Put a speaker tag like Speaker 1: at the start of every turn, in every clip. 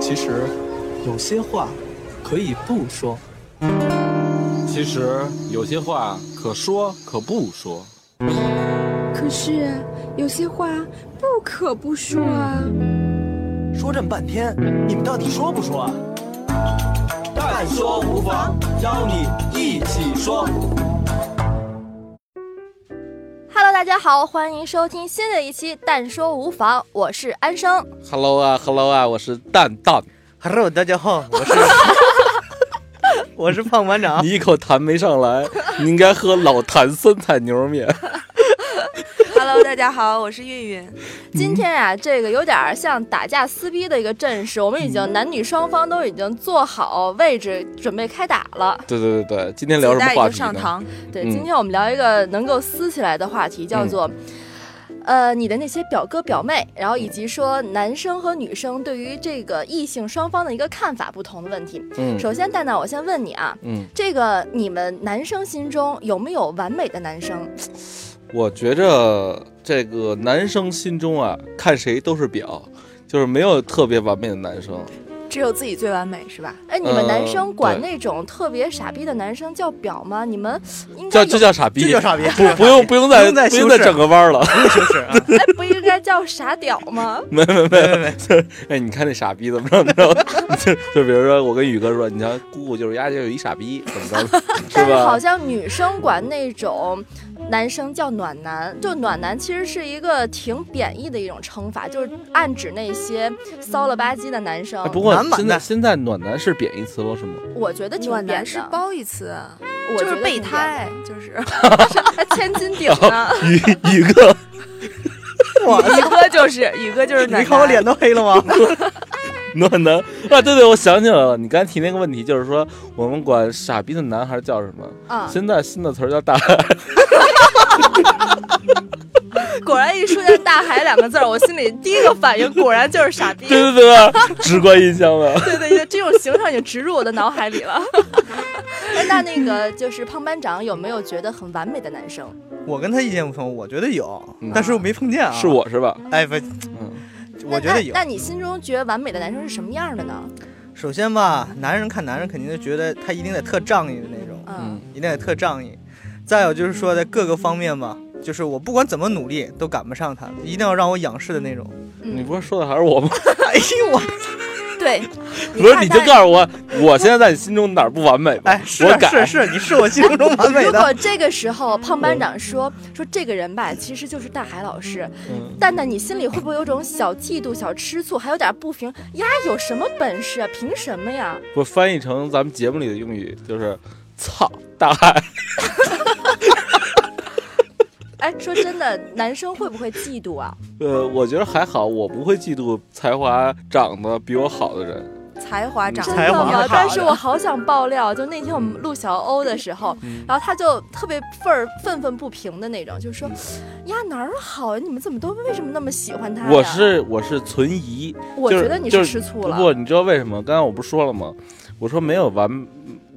Speaker 1: 其实，有些话可以不说。
Speaker 2: 其实有些话可说可不说。
Speaker 3: 可是啊有些话不可不说啊。
Speaker 4: 说这么半天，你们到底说不说啊？
Speaker 5: 但说无妨，邀你一起说。
Speaker 6: Hello，大家好，欢迎收听新的一期《但说无妨》，我是安生。
Speaker 7: Hello 啊，Hello 啊，我是蛋蛋。
Speaker 8: Hello，大家好，我是我是胖馆长。
Speaker 7: 你一口痰没 上来，你应该喝老坛酸菜牛肉面。
Speaker 9: Hello，大家好，我是韵韵。
Speaker 6: 今天啊，这个有点像打架撕逼的一个阵势，我们已经男女双方都已经做好位置，准备开打了。
Speaker 7: 对对对对，今天聊什么话题
Speaker 9: 上
Speaker 7: 呢？
Speaker 9: 堂，
Speaker 6: 对，
Speaker 7: 嗯
Speaker 6: 今天我们聊一个能够撕起来的话题，叫做。嗯呃，你的那些表哥表妹，然后以及说男生和女生对于这个异性双方的一个看法不同的问题。
Speaker 7: 嗯
Speaker 6: 首先，蛋蛋，我先问你啊，
Speaker 7: 嗯，
Speaker 6: 这个你们男生心中有没有完美的男生？
Speaker 7: 我觉着这个男生心中啊，看谁都是表，就是没有特别完美的男生。
Speaker 9: 只有自己最完美是吧？
Speaker 6: 哎，你们男
Speaker 7: 呃
Speaker 6: 生管
Speaker 7: 对
Speaker 6: 那种特别傻逼的男生叫表吗？
Speaker 7: 呃
Speaker 6: 你们应该
Speaker 7: 叫
Speaker 6: 有
Speaker 7: 就叫傻逼，
Speaker 8: 这叫傻逼
Speaker 7: 不 不用不用再
Speaker 8: 不用再
Speaker 7: 不用
Speaker 8: 修
Speaker 7: 再
Speaker 8: 饰
Speaker 7: 转个弯了。
Speaker 8: 不用羞 耻啊！
Speaker 6: 哎，不应该叫傻屌吗？
Speaker 7: 没没没没，哎，你看那傻逼怎么着？ 你知道吗？就就比如说，我跟宇哥说，你瞧，姑姑就是丫就有一傻逼，怎么着？ 是
Speaker 6: 但是好
Speaker 7: 吧？
Speaker 6: 像女生管那种男生叫暖男，就暖男其实是一个挺贬义的一种称法，就是暗指那些骚了吧唧的男生。
Speaker 7: 哎不过
Speaker 8: 男满
Speaker 7: 现在
Speaker 8: 男
Speaker 7: 现在暖男是贬义词了，是吗？
Speaker 6: 我觉得挺
Speaker 9: 暖
Speaker 6: 贬
Speaker 9: 男是
Speaker 6: 的，
Speaker 9: 褒义词，啊
Speaker 6: 我
Speaker 9: 就
Speaker 6: 觉
Speaker 9: 是
Speaker 6: 得
Speaker 9: 备
Speaker 6: 挺贬
Speaker 9: 胎，就是
Speaker 6: 的，还 千斤顶啊呢。
Speaker 7: 宇宇哥，
Speaker 9: 宇哥就是宇哥就是
Speaker 8: 你
Speaker 9: 暖
Speaker 8: 看我
Speaker 9: 男。
Speaker 8: 脸都黑了吗？
Speaker 7: 暖男啊，对对，我想起来了，你刚才提那个问题，就是说我们管傻逼的男孩叫什么？
Speaker 6: 啊、
Speaker 7: 现在新的词儿叫大，
Speaker 6: 果然一出现“大海”两个字儿，我心里第一个反应果然就是傻逼。
Speaker 7: 对对对吧？直观印象吧。
Speaker 6: 对对对，这种形象已经植入我的脑海里了。哎，那那个就是胖班长有没有觉得很完美的男生？
Speaker 8: 我跟他意见不同，我觉得有
Speaker 7: 嗯，
Speaker 8: 但是我没碰见啊。
Speaker 7: 是，我是吧？
Speaker 8: 哎不，
Speaker 7: 嗯，
Speaker 8: 我觉得有
Speaker 6: 那那。。那你心中觉得完美的男生是什么样的呢？
Speaker 8: 首先吧，男人看男人肯定就觉得他一定得特仗义的那种，
Speaker 6: 嗯，
Speaker 8: 一定得特仗义。再有就是说，在各个方面吧，就是我不管怎么努力都赶不上他，一定要让我仰视的那种。
Speaker 7: 你不是说的还是我吗？
Speaker 8: 哎呦我，嗯
Speaker 9: 对，
Speaker 7: 不是，你就
Speaker 9: 诉
Speaker 7: 告诉我，我现在在你心中哪儿不完美吧？
Speaker 8: 哎是
Speaker 7: 我改
Speaker 8: 是是，你是我心目中完美
Speaker 6: 如
Speaker 8: 的。
Speaker 6: 果这个时候胖班长说说这个人吧，其实就是大海老师，
Speaker 7: 嗯
Speaker 6: 蛋蛋，你心里会不会有种小嫉妒、小吃醋，还有点不平？呀，有什么本事啊？凭什么呀？
Speaker 7: 不翻译成咱们节目里的用语就是“操大海
Speaker 6: 哎，说真的，男生会不会嫉妒啊？”。
Speaker 7: 呃，我觉得还好，我不会嫉妒才华长得比我好的人。
Speaker 9: 才华长
Speaker 6: 真
Speaker 8: 才
Speaker 6: 的
Speaker 8: 华
Speaker 6: 吗嗯
Speaker 8: 好？
Speaker 6: 但是我好想爆料，就那天我们录小欧的时候，
Speaker 7: 嗯
Speaker 6: 然后他就特别愤儿愤愤不平的那种，就说：“呀，哪儿好呀？啊你们怎么都为什么那么喜欢他呀？”
Speaker 7: 我是我是存疑，
Speaker 6: 我
Speaker 7: 就是
Speaker 6: 觉得你
Speaker 7: 就
Speaker 6: 吃
Speaker 7: 是
Speaker 6: 醋
Speaker 7: 不
Speaker 6: 了。
Speaker 7: 过你知道为什么？刚才我不是说了吗？我说没有完，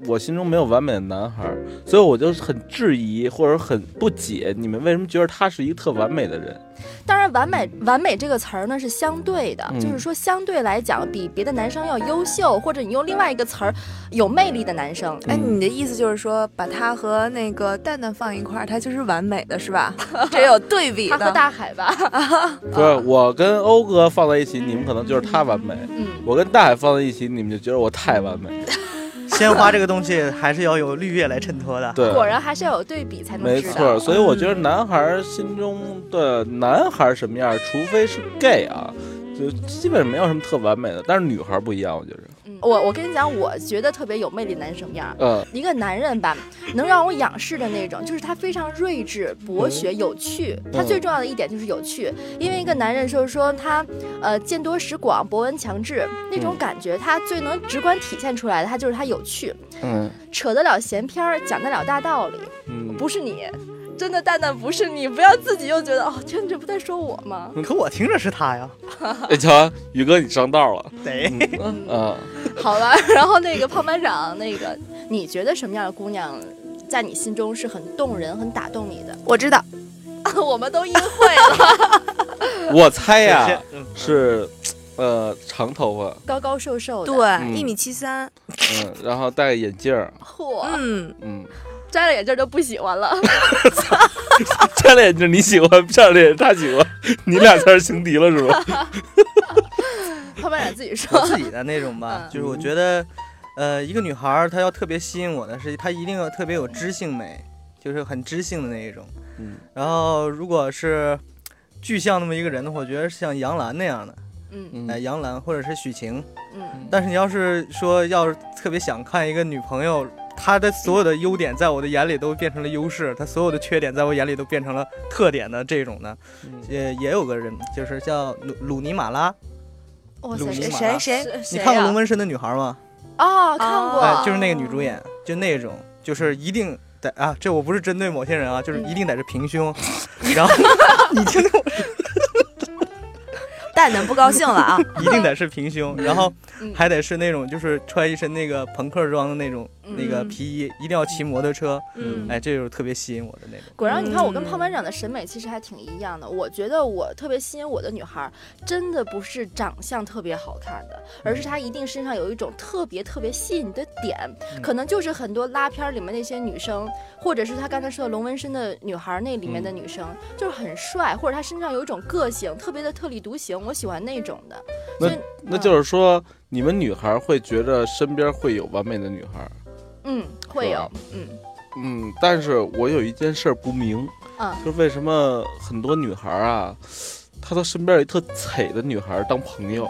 Speaker 7: 我心中没有完美的男孩儿，所以我就很质疑或者很不解，你们为什么觉得他是一个特完美的人？
Speaker 6: 当然，完美完美这个词儿呢是相对的，
Speaker 7: 嗯
Speaker 6: 就是说相对来讲，比别的男生要优秀，或者你用另外一个词儿，有魅力的男生。
Speaker 9: 哎，
Speaker 7: 嗯
Speaker 9: 你的意思就是说，把他和那个蛋蛋放一块儿，他就是完美的，是 吧？这有对比
Speaker 6: 他和
Speaker 9: 的。
Speaker 6: 大海吧，
Speaker 7: 不是，我跟欧哥放在一起，你们可能就是他完美；
Speaker 6: 嗯，
Speaker 7: 我跟大海放在一起，你们就觉得我太完美。
Speaker 8: 鲜花这个东西还是要有绿叶来衬托的。
Speaker 7: 对，
Speaker 6: 果然还是嗯要有对比才能
Speaker 7: 没
Speaker 6: 知
Speaker 7: 错，
Speaker 6: 道。
Speaker 7: 所以我觉得男孩儿心中的男孩儿什么样儿，除非是 gay 啊，就基本没有什么特完美的。但是女孩儿不一样，我觉着。
Speaker 6: 嗯我我跟你讲，我觉得特别有魅力的男生什么样儿？
Speaker 7: 嗯，
Speaker 6: 一个男人吧，能让我仰视的那种，就是他非常睿智、博学、有趣。他最重要的一点就是有趣，因为一个男人就是说他，呃，见多识广、博闻强志那种
Speaker 7: 嗯
Speaker 6: 感觉，他最能直观体现出来的，他就是他有趣，
Speaker 7: 嗯
Speaker 6: 扯得了闲篇儿，讲得了大道理。
Speaker 7: 嗯，
Speaker 6: 不是你，真的蛋蛋不是你，不要自己又觉得哦，天，这不在说我 吗？
Speaker 8: 可我听着是他呀，
Speaker 7: 哎，瞧，宇哥你上道了。
Speaker 8: 得
Speaker 7: 嗯啊，
Speaker 6: 好吧，然后那个胖班长，那个你觉得什么样的姑娘，在你心中是很动人、很打动你的？
Speaker 9: 我知道，
Speaker 6: 我们都阴会了。
Speaker 7: 我猜呀、
Speaker 8: 嗯
Speaker 7: 是呃，长头发，
Speaker 6: 高高瘦瘦的，
Speaker 9: 对，一
Speaker 7: 嗯
Speaker 9: 米七三，
Speaker 7: 嗯，然后戴眼镜儿，
Speaker 6: 嚯，
Speaker 9: 嗯，
Speaker 7: 嗯，
Speaker 6: 摘了眼镜就不喜欢了。
Speaker 7: 摘了眼镜你喜欢，漂亮眼他喜欢，你俩才是情敌了是吧？
Speaker 6: 他们俩自己
Speaker 8: 我
Speaker 6: 说，
Speaker 8: 自己的那种吧，
Speaker 6: 嗯
Speaker 8: 就是我觉得，呃，一个女孩儿她要特别吸引我的是，她一定要特别有知性美，就是很知性的那一种。
Speaker 7: 嗯，
Speaker 8: 然后如果是具象那么一个人的话，我觉得是像杨澜那样的，
Speaker 6: 嗯
Speaker 7: 嗯
Speaker 8: 哎，杨澜或者是许晴。
Speaker 6: 嗯，
Speaker 8: 但是你要是说要是特别想看一个女朋友，她的所有的优点在我的眼里都变成了优势，她所有的缺点在我眼里都变成了特点的这种的，也也有个人就是叫鲁鲁尼马拉，
Speaker 6: 哇
Speaker 8: 鲁
Speaker 6: 塞，
Speaker 8: 尼
Speaker 6: 谁
Speaker 8: 马
Speaker 9: 谁
Speaker 8: 拉
Speaker 9: 谁
Speaker 8: 你
Speaker 6: 谁啊
Speaker 8: 看过《
Speaker 6: 呀
Speaker 8: 龙？纹身的女孩》吗？
Speaker 6: 哦，看过，
Speaker 8: 哎，就是那个女主演，就那种，就是一定得啊，这我不是针对某些人啊，就是一定得是平胸，
Speaker 6: 嗯
Speaker 8: 然后你听懂，
Speaker 9: 蛋蛋不高兴了 啊，
Speaker 8: 一定得是平胸，然后
Speaker 6: 嗯
Speaker 8: 还得是那种就是穿一身那个朋克装的那种
Speaker 6: 嗯
Speaker 8: 那个皮衣，一定要骑摩托车，
Speaker 9: 嗯
Speaker 8: 哎，这就是特别吸引我的那种。
Speaker 6: 果然，你看我跟
Speaker 9: 嗯
Speaker 6: 胖班长的审美其实还挺一样的。我觉得我特别吸引我的女孩儿，真的不是长相特别好看的，而是她一定身上有一种特别特别吸引你的点，可能就是很多拉片儿里面那些女生，或者是她刚才说的龙纹身的女孩儿那里面的女生，就是很帅，或者她身上有一种个性，特别的特立独行，我喜欢那种的。所以，
Speaker 7: 那就是说，你们女孩会觉着身边会有完美的女孩，
Speaker 6: 嗯，会有
Speaker 7: 吧，
Speaker 6: 嗯
Speaker 7: 嗯，但是我有一件事儿不明，
Speaker 6: 嗯
Speaker 7: 就是为什么很多女孩啊，她都身边有一特 璀的女孩当朋友。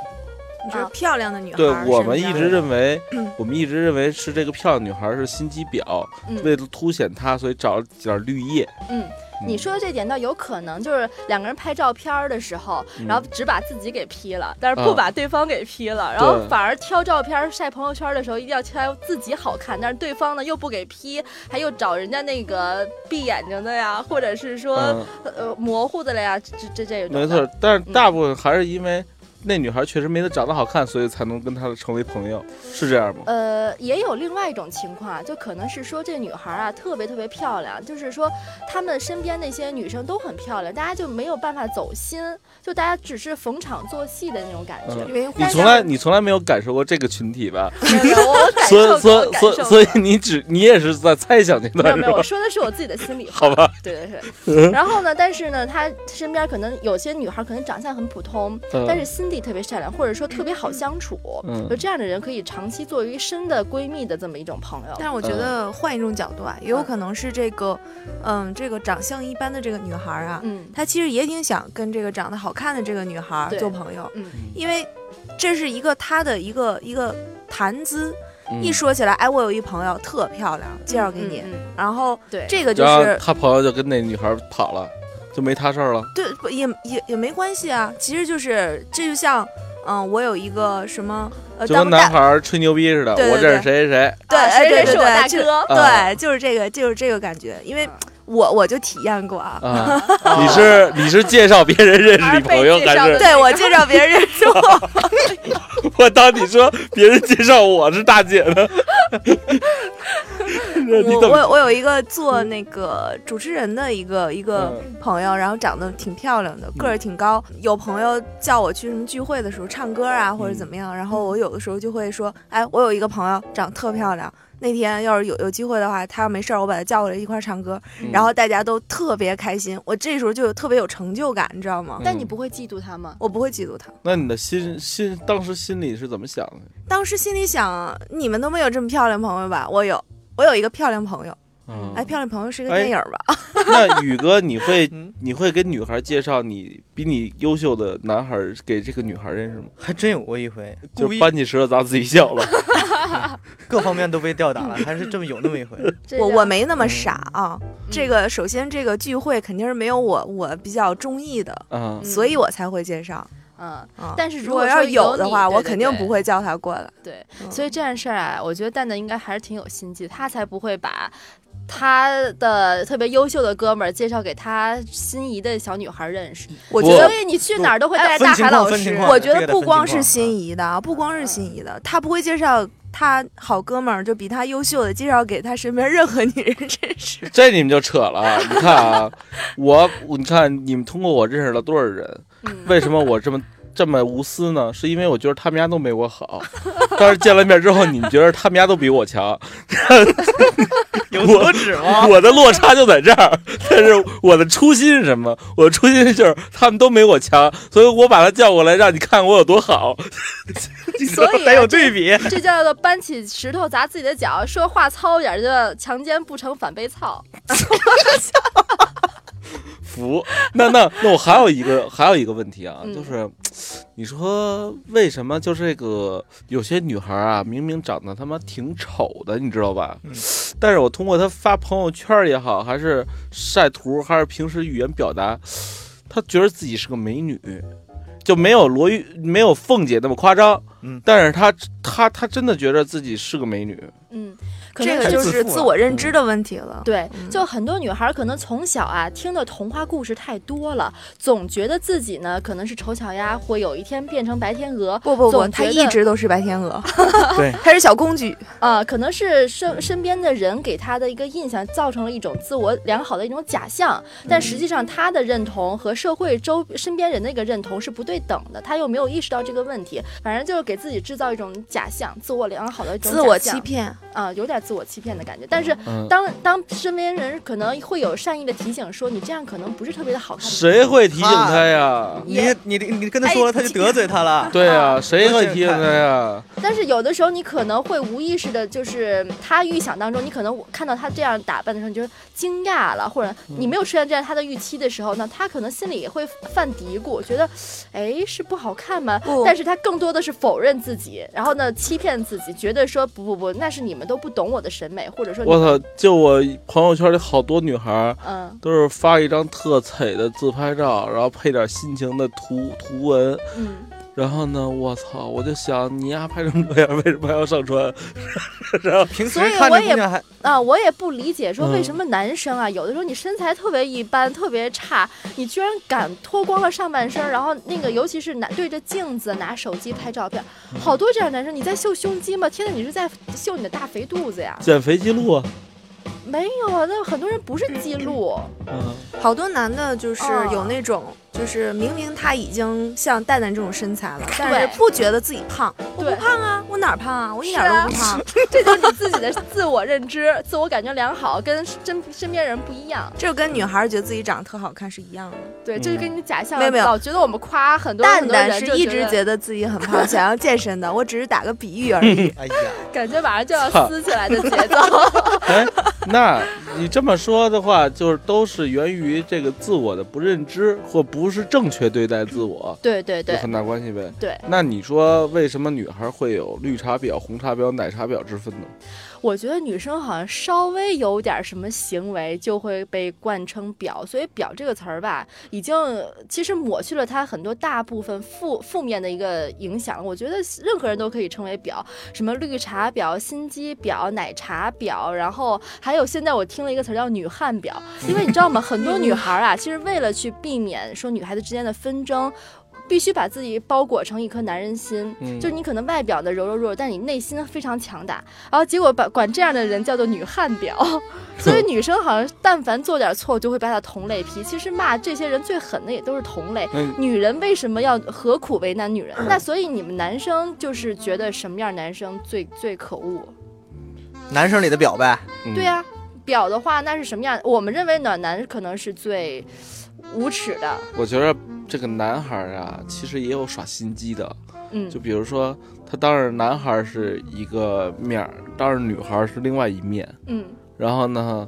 Speaker 9: 你
Speaker 6: 啊
Speaker 9: 说漂亮的女孩
Speaker 7: 对
Speaker 9: 儿
Speaker 7: 我
Speaker 9: 是不
Speaker 7: 们
Speaker 9: 是
Speaker 7: 一直认为， 我们一直认为是这个漂亮女孩是心机婊，
Speaker 6: 嗯
Speaker 7: 为了凸显她，所以找了点儿绿叶。
Speaker 6: 嗯，你说的这点倒有可能，就是两个人拍照片儿的时候，
Speaker 7: 嗯
Speaker 6: 然后只把自己给 P 了，但是不
Speaker 7: 啊
Speaker 6: 把对方给 P 了，然后反而挑照片儿晒朋友圈儿的时候，一定要挑自己好看，但是对方呢又不给 P，还又找人家那个闭眼睛的呀，或者是说、
Speaker 7: 嗯，
Speaker 6: 呃模糊的了呀，这这这种的
Speaker 7: 没错，，但是
Speaker 6: 嗯
Speaker 7: 大部分还是因为那女孩确实没她长得好看，所以才能跟她成为朋友，是这样吗？
Speaker 6: 呃，也有另外一种情况啊，就可能是说这女孩儿啊特别特别漂亮，就是说她们身边那些女生都很漂亮，大家就没有办法走心，就大家只是逢场作戏的那种感觉。
Speaker 7: 嗯
Speaker 9: 没有
Speaker 7: 你
Speaker 9: 但是
Speaker 7: 从来你从来没有感受过这个群体吧？
Speaker 6: 没有，我感
Speaker 7: 所
Speaker 6: 受
Speaker 7: 以所以所以所以
Speaker 6: 过
Speaker 7: 你只你也是在猜想这
Speaker 6: 没有
Speaker 7: 段
Speaker 6: 没
Speaker 7: 是
Speaker 6: 有，
Speaker 7: 吧
Speaker 6: 我？说的是我自己的心里话。
Speaker 7: 好吧，
Speaker 6: 对对对。然后呢，但是呢，她身边可能有些女孩可能长相很普通，
Speaker 7: 嗯
Speaker 6: 但是心地特别善良，或者说特别好相处。
Speaker 7: 嗯
Speaker 6: 就这样的人可以长期作为深的闺蜜的这么一种朋友。
Speaker 9: 但是我觉
Speaker 7: 嗯
Speaker 9: 得换一种角度啊，也有可能是这个，嗯，这个长相一般的这个女孩儿啊，
Speaker 6: 嗯
Speaker 9: 她其实也挺想跟这个长得好看的这个女孩儿
Speaker 6: 对
Speaker 9: 做朋友，
Speaker 6: 嗯
Speaker 9: 因为这是一个她的一个一个谈资。
Speaker 7: 嗯
Speaker 9: 一说起来，哎，我有一朋友特漂亮，介绍给你，
Speaker 6: 嗯嗯
Speaker 9: 然后
Speaker 6: 对
Speaker 9: 这个就
Speaker 7: 然后
Speaker 9: 是
Speaker 7: 他朋友就跟那女孩跑了，就没他事儿了。
Speaker 9: 对，不也也也没关系啊，其实就是这就像，嗯、我有一个什么呃，
Speaker 7: 就
Speaker 9: 当
Speaker 7: 跟
Speaker 9: 代
Speaker 7: 男孩儿吹牛逼似的，
Speaker 9: 对对
Speaker 7: 我认识谁谁谁，
Speaker 9: 对，
Speaker 6: 啊
Speaker 9: 哎
Speaker 6: 谁
Speaker 9: 对
Speaker 6: 谁
Speaker 9: 对
Speaker 6: 是我
Speaker 9: 对
Speaker 6: 大
Speaker 9: 就
Speaker 6: 哥
Speaker 7: 啊
Speaker 9: 对，就是这个，就是这个感觉，因为我我就体验过啊，
Speaker 7: 啊，你是你是介绍别人认识你朋友，
Speaker 6: 还是被
Speaker 7: 还
Speaker 6: 介绍
Speaker 7: 是
Speaker 6: 的
Speaker 9: 对我介绍别人认识我，
Speaker 7: 我当你说别人介绍我是大姐 呢？ 那你
Speaker 9: 我
Speaker 7: 怎么？
Speaker 9: 我我有一个做那个主持人的一个一个
Speaker 7: 嗯
Speaker 9: 朋友，然后长得挺漂亮的，个儿挺高。有朋友叫我去什么聚会的时候唱歌啊，
Speaker 7: 嗯
Speaker 9: 或者怎么样，然后我有的时候就会说，哎，我有一个朋友长得特漂亮。那天要是有有机会的话，他要没事儿，我把他叫过来一块儿唱歌，
Speaker 7: 嗯
Speaker 9: 然后大家都特别开心，我这时候就有特别有成就感，你知道吗？
Speaker 6: 但
Speaker 7: 嗯
Speaker 6: 你不会嫉妒她吗？
Speaker 9: 我不会嫉妒他。
Speaker 7: 那你的心心当时心里是怎么想的？
Speaker 9: 当时心里想，你们都没有这么漂亮朋友吧？我有，我有一个漂亮朋友。
Speaker 7: 嗯
Speaker 9: 哎，漂亮朋友是一个
Speaker 7: 哎
Speaker 9: 电影吧？
Speaker 7: 那宇哥，你会
Speaker 8: 嗯
Speaker 7: 你会给女孩介绍你比你优秀的男孩儿给这个女孩认识吗？
Speaker 8: 还真有过一回，
Speaker 7: 就
Speaker 8: 故
Speaker 7: 是
Speaker 8: 意
Speaker 7: 搬起石头砸自己脚 了。
Speaker 8: 各方面都被吊打 了，还是这么有那么一回。
Speaker 9: 我
Speaker 6: 这样嗯
Speaker 9: 我没那么
Speaker 7: 嗯
Speaker 9: 傻啊。这个首先，这个聚会肯定是没有我我比较中意的，
Speaker 7: 啊，
Speaker 9: 所以我才会介绍
Speaker 6: 嗯，
Speaker 9: 啊。
Speaker 6: 但是
Speaker 9: 如
Speaker 6: 如果
Speaker 9: 要
Speaker 6: 说
Speaker 9: 是有的
Speaker 6: 你
Speaker 9: 话，
Speaker 6: 对
Speaker 9: 我
Speaker 6: 对
Speaker 9: 肯定
Speaker 6: 对
Speaker 9: 不会叫他过来。
Speaker 6: 对，
Speaker 9: 嗯
Speaker 6: 所以这件事儿啊，我觉得蛋蛋应该还是挺有心机，他才不会把他的特别优秀的哥们儿介绍给他心仪的小女孩认识。
Speaker 9: 我
Speaker 7: 不
Speaker 9: 觉得
Speaker 6: 所以你去哪儿都会带
Speaker 9: 哎
Speaker 6: 着
Speaker 8: 分
Speaker 6: 大
Speaker 8: 情
Speaker 6: 海
Speaker 8: 况
Speaker 6: 老
Speaker 8: 分情
Speaker 6: 师。
Speaker 8: 况
Speaker 9: 我
Speaker 8: 这
Speaker 9: 觉
Speaker 8: 个
Speaker 9: 得
Speaker 8: 得
Speaker 9: 不
Speaker 8: 分
Speaker 9: 光
Speaker 8: 情
Speaker 9: 是
Speaker 8: 况
Speaker 9: 心仪的啊，不光是
Speaker 6: 嗯
Speaker 9: 心仪的，他不会介绍他好哥们儿就比他优秀的介绍给他身边任何女人认识。
Speaker 7: 这你们就扯了。啊！你看啊，我我你看你们通过我认识了多少人？
Speaker 6: 嗯
Speaker 7: 为什么我这么这么无私呢？是因为我觉得他们家都没我好，但是见了面之后，你们觉得他们家都比我强，
Speaker 8: 有所指望。
Speaker 7: 我的落差就在这儿。但是我的初心是什么？我的初心就是他们都没我强，所以我把他叫过来，让你看我有多好。
Speaker 6: 所 以
Speaker 8: 得有对比，
Speaker 6: 这叫做搬起石头砸自己的脚，说话糙点儿叫强奸不成反被操。
Speaker 7: 服。 那那那我还有一个还有一个问题啊，
Speaker 6: 嗯
Speaker 7: 就是你说为什么就是这个有些女孩啊，明明长得他妈挺丑的，你知道吧？
Speaker 6: 嗯
Speaker 7: 但是我通过她发朋友圈也好，还是晒图，还是平时语言表达，她觉得自己是个美女。就没有罗玉，没有凤姐那么夸张，
Speaker 8: 嗯
Speaker 7: 但是她她她真的觉得自己是个美女，
Speaker 6: 嗯， 可
Speaker 9: 这
Speaker 6: 能
Speaker 9: 个
Speaker 6: 是
Speaker 9: 就是自我认知的问题了。
Speaker 6: 对，
Speaker 9: 嗯
Speaker 6: 就很多女孩儿可能从小啊听的童话故事太多了，总觉得自己呢可能是丑小鸭，会有一天变成白天鹅，
Speaker 9: 不不不，
Speaker 6: 总
Speaker 9: 他
Speaker 6: 觉得
Speaker 9: 一直都是白天 鹅，
Speaker 8: 对，
Speaker 9: 他是小公举，
Speaker 6: 啊、可能是身身边的人给她的一个印象，造成了一种自我良好的一种假象，但实际上她的认同和社会周身边人的一个认同是不对等的，她又没有意识到这个问题，反正就是给自己制造一种假象，自我良好的一种
Speaker 9: 自我
Speaker 6: 假象
Speaker 9: 欺骗。
Speaker 6: 啊、有点自我欺骗的感觉。但是
Speaker 7: 嗯，
Speaker 6: 当当身边人可能会有善意的提醒说你这样可能不是特别的好看，
Speaker 7: 谁会提醒她呀？
Speaker 8: 你你你跟他
Speaker 6: 哎
Speaker 8: 说了，他就得罪他了。
Speaker 7: 对啊，谁会提醒她呀？
Speaker 6: 但是有的时候你可能会无意识的，就是他预想当中，你可能看到他这样打扮的时候，你就惊讶了，或者你没有出现在他的预期的时候呢，他可能心里也会犯嘀咕，觉得，哎，是不好看吗
Speaker 9: 不？
Speaker 6: 但是他更多的是否认自己，然后呢，欺骗自己，觉得说不不不，那是你们都不懂我的审美，或者说你
Speaker 7: 我操！就我朋友圈里好多女孩儿
Speaker 6: 嗯
Speaker 7: 都是发一张特彩的自拍照，然后配点心情的图图文。
Speaker 6: 嗯。
Speaker 7: 然后呢，我操！我就想，你丫拍成这样，为什么还要上传？
Speaker 8: 平时
Speaker 6: 所以
Speaker 8: 看
Speaker 6: 我
Speaker 8: 着
Speaker 6: 也
Speaker 8: 姑娘还
Speaker 6: 啊，我也不理解，说
Speaker 7: 嗯
Speaker 6: 为什么男生啊，有的时候你身材特别一般，特别差，你居然敢脱光了上半身儿，然后那个尤其是拿对着镜子拿手机拍照片，
Speaker 9: 嗯
Speaker 6: 好多这样的男生，你在秀胸肌吗？天呐，你是在秀你的大肥肚子呀？
Speaker 7: 减肥记录啊！
Speaker 6: 没有啊，那很多人不是记录，
Speaker 7: 嗯，
Speaker 9: 好多男的就是
Speaker 6: 哦
Speaker 9: 有那种，就是明明他已经像蛋蛋这种身材了，但
Speaker 6: 对
Speaker 9: 是不觉得自己胖。我不
Speaker 6: 对
Speaker 9: 胖啊，我哪儿胖啊？我一点
Speaker 6: 是
Speaker 9: 儿
Speaker 6: 啊
Speaker 9: 都不 胖。
Speaker 6: 这就是你自己的 自我认知、自我感觉良好，跟身身边人不一样。
Speaker 9: 这跟女孩觉得自己长得特好看是一样的。
Speaker 6: 对，这就跟你假象，
Speaker 9: 嗯没有没有
Speaker 6: 老觉得我们夸很多
Speaker 9: 蛋
Speaker 6: 很多人
Speaker 9: 蛋是
Speaker 6: 就
Speaker 9: 一直
Speaker 6: 觉
Speaker 9: 觉得自己 很胖，想要健身的。我只是打个比喻而已。
Speaker 8: 哎呀，
Speaker 6: 得感觉马上就要
Speaker 7: 操
Speaker 6: 撕起来的 节奏。
Speaker 7: 哎，那你这么说的话，就是都是源于这个自我的不认知，或不是正确对待自我，
Speaker 6: 对对
Speaker 7: 有
Speaker 6: 对
Speaker 7: 很大关系呗。
Speaker 6: 对。
Speaker 7: 那你说为什么女孩会有绿茶婊、红茶婊、奶茶婊之分呢？
Speaker 6: 我觉得女生好像稍微有点什么行为就会被冠称婊，所以“婊”这个词儿吧，已经呃其实抹去了它很多大部分负负面的一个影响。我觉得任何人都可以称为婊，什么绿茶婊、心机婊、奶茶婊，然后还有现在我听了一个词儿叫女汉婊，因为你知道吗？很多女孩儿啊，其实为了去避免说女孩子之间的纷争。必须把自己包裹成一颗男人心，
Speaker 7: 嗯
Speaker 6: 就是你可能外表的柔柔弱，但你内心非常强大。然后结果把管这样的人叫做女汉婊，所以女生好像但凡做点错就会把她同类批。其实骂这些人最狠的也都是同类。
Speaker 7: 那你
Speaker 6: 女人为什么要何苦为难女人？
Speaker 7: 嗯
Speaker 6: 那所以你们男生就是觉得什么样男生最最可恶？
Speaker 8: 男生里的表呗，
Speaker 7: 嗯
Speaker 6: 对呀、婊的话那是什么样？我们认为暖男可能是最无耻的。
Speaker 7: 我觉得这个男孩儿啊，其实也有耍心机的。
Speaker 6: 嗯
Speaker 7: 就，比如说，他当着男孩儿是一个面儿，当着女孩儿是另外一面。
Speaker 6: 嗯
Speaker 7: 然后呢，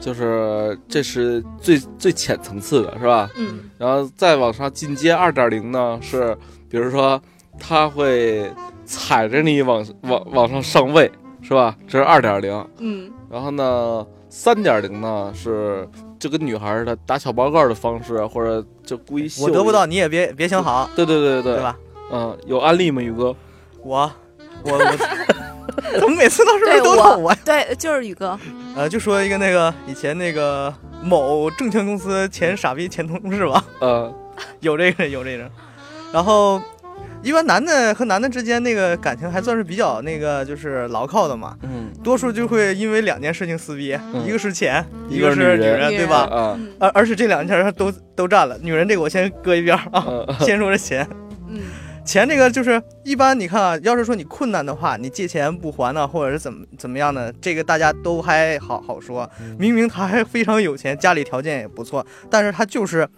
Speaker 7: 就是这是最最浅层次的，是吧？
Speaker 6: 嗯
Speaker 7: 然后再往上进阶二点零呢，是比如说他会踩着你往往往上上位，是吧？这是二点零。
Speaker 6: 嗯
Speaker 7: 然后呢，三点零呢是就跟女孩儿的打小报告的方式，或者就故意秀
Speaker 8: 我得不
Speaker 7: 一
Speaker 8: 到你也别别想好，
Speaker 7: 对对对对
Speaker 8: 对
Speaker 7: 对？
Speaker 8: 吧？
Speaker 7: 嗯，有案例吗，宇哥？
Speaker 8: 我我我， 怎么每次到时候
Speaker 9: 对
Speaker 8: 都
Speaker 9: 我
Speaker 8: 到我呀？
Speaker 9: 对，就是宇哥，
Speaker 8: 呃，就说一个那个以前那个某证券公司前傻逼前同事吧，
Speaker 7: 呃，
Speaker 8: 有这个人有这个人，然后。一般男的和男的之间那个感情还算是比较那个就是牢靠的嘛，
Speaker 7: 嗯，
Speaker 8: 多数就会因为两件事情撕逼，
Speaker 7: 嗯
Speaker 8: 一个是钱，
Speaker 7: 一
Speaker 8: 一
Speaker 7: 个
Speaker 8: 个
Speaker 7: 是
Speaker 8: 是
Speaker 7: 女人
Speaker 8: 人，对吧？
Speaker 7: 啊，
Speaker 6: 嗯
Speaker 8: 而而且这两件儿都都占了，女人这个我先搁一边儿啊，
Speaker 7: 嗯
Speaker 8: 先说这钱，
Speaker 6: 嗯嗯
Speaker 8: 钱这个就是一般，你看啊，要是说你困难的话，你借钱不还呢，或者是怎么怎么样呢？这个大家都还好好说。
Speaker 7: 嗯
Speaker 8: 明明他还非常有钱，家里条件也不错，但是他就是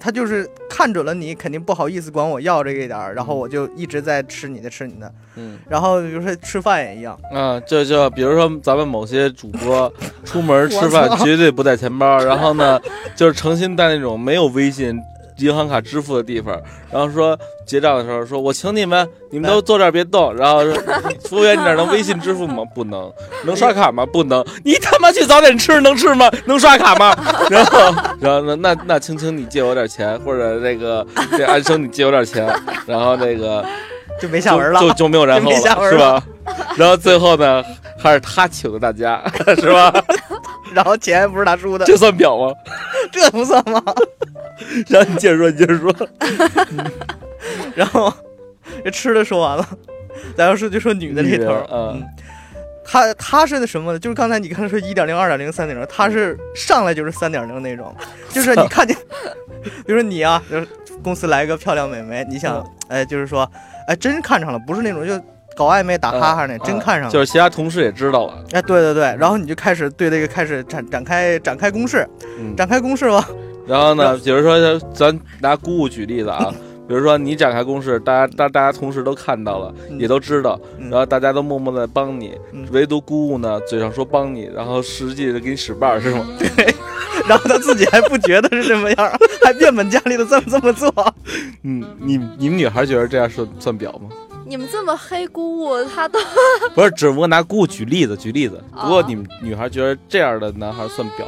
Speaker 8: 他就是看准了你，肯定不好意思管我要这个一点儿，然后我就一直在吃你的吃你的。
Speaker 7: 嗯
Speaker 8: 然后比如说吃饭也一样，
Speaker 7: 啊，就就比如说咱们某些主播出门吃饭
Speaker 8: 我操
Speaker 7: 绝对不带钱包，然后呢，就是诚心带那种没有微信、银行卡支付的地方，然后说结账的时候说我请你们，你们都坐这儿别动，然后说服务员你哪能微信支付吗？不能，能刷卡吗？不能，你他妈去早点吃能吃吗？能刷卡吗？ 然后然后那那那青青你借我点钱，或者那个这安生你借我点钱，然后那个。
Speaker 8: 就没下文了
Speaker 7: 就。就就没有然后
Speaker 8: 就没下文
Speaker 7: 是吧？然后最后呢，还是他请的大家， 是 吧？
Speaker 8: 然后钱不是他出的，
Speaker 7: 这算表吗？
Speaker 8: 这不算 吗？
Speaker 7: 然后你接着说，你接着说，
Speaker 8: 然后这吃的说完了，咱要说就说女的这头儿，
Speaker 7: 嗯
Speaker 8: 嗯，她她是那什么呢？就是刚才你刚才说一点零、二点零、三点零，她是上来就是三点零那种，就是你看见， 比如说你啊，就是公司来一个漂亮美眉，你想，
Speaker 7: 嗯
Speaker 8: 哎，就是说，哎，真看上了，不是那种就搞暧昧打哈哈那，
Speaker 7: 嗯
Speaker 8: 真看上了，
Speaker 7: 就是其他同事也知道了，
Speaker 8: 哎，对对对，然后你就开始对这个开始展展开展开攻势，
Speaker 7: 嗯。
Speaker 8: 展开攻势吧，
Speaker 7: 然后呢，比如说咱拿姑姑举例子 啊，比如说你展开公示，大家大大家同事都看到了，
Speaker 8: 嗯
Speaker 7: 也都知道，
Speaker 8: 嗯
Speaker 7: 然后大家都默默的帮你
Speaker 8: 嗯，
Speaker 7: 唯独姑姑呢嘴上说帮你，然后实际的给你使绊儿是吗？
Speaker 8: 嗯然后她自己还不觉得是这么样，还变本加厉的这么这么做。
Speaker 7: 嗯，你你们女孩觉得这样算算表吗？
Speaker 6: 你们这么黑姑姑，她都
Speaker 7: 不是，只不过拿姑姑举例子，举例子。
Speaker 6: 哦
Speaker 7: 不过你们女孩觉得这样的男孩算婊，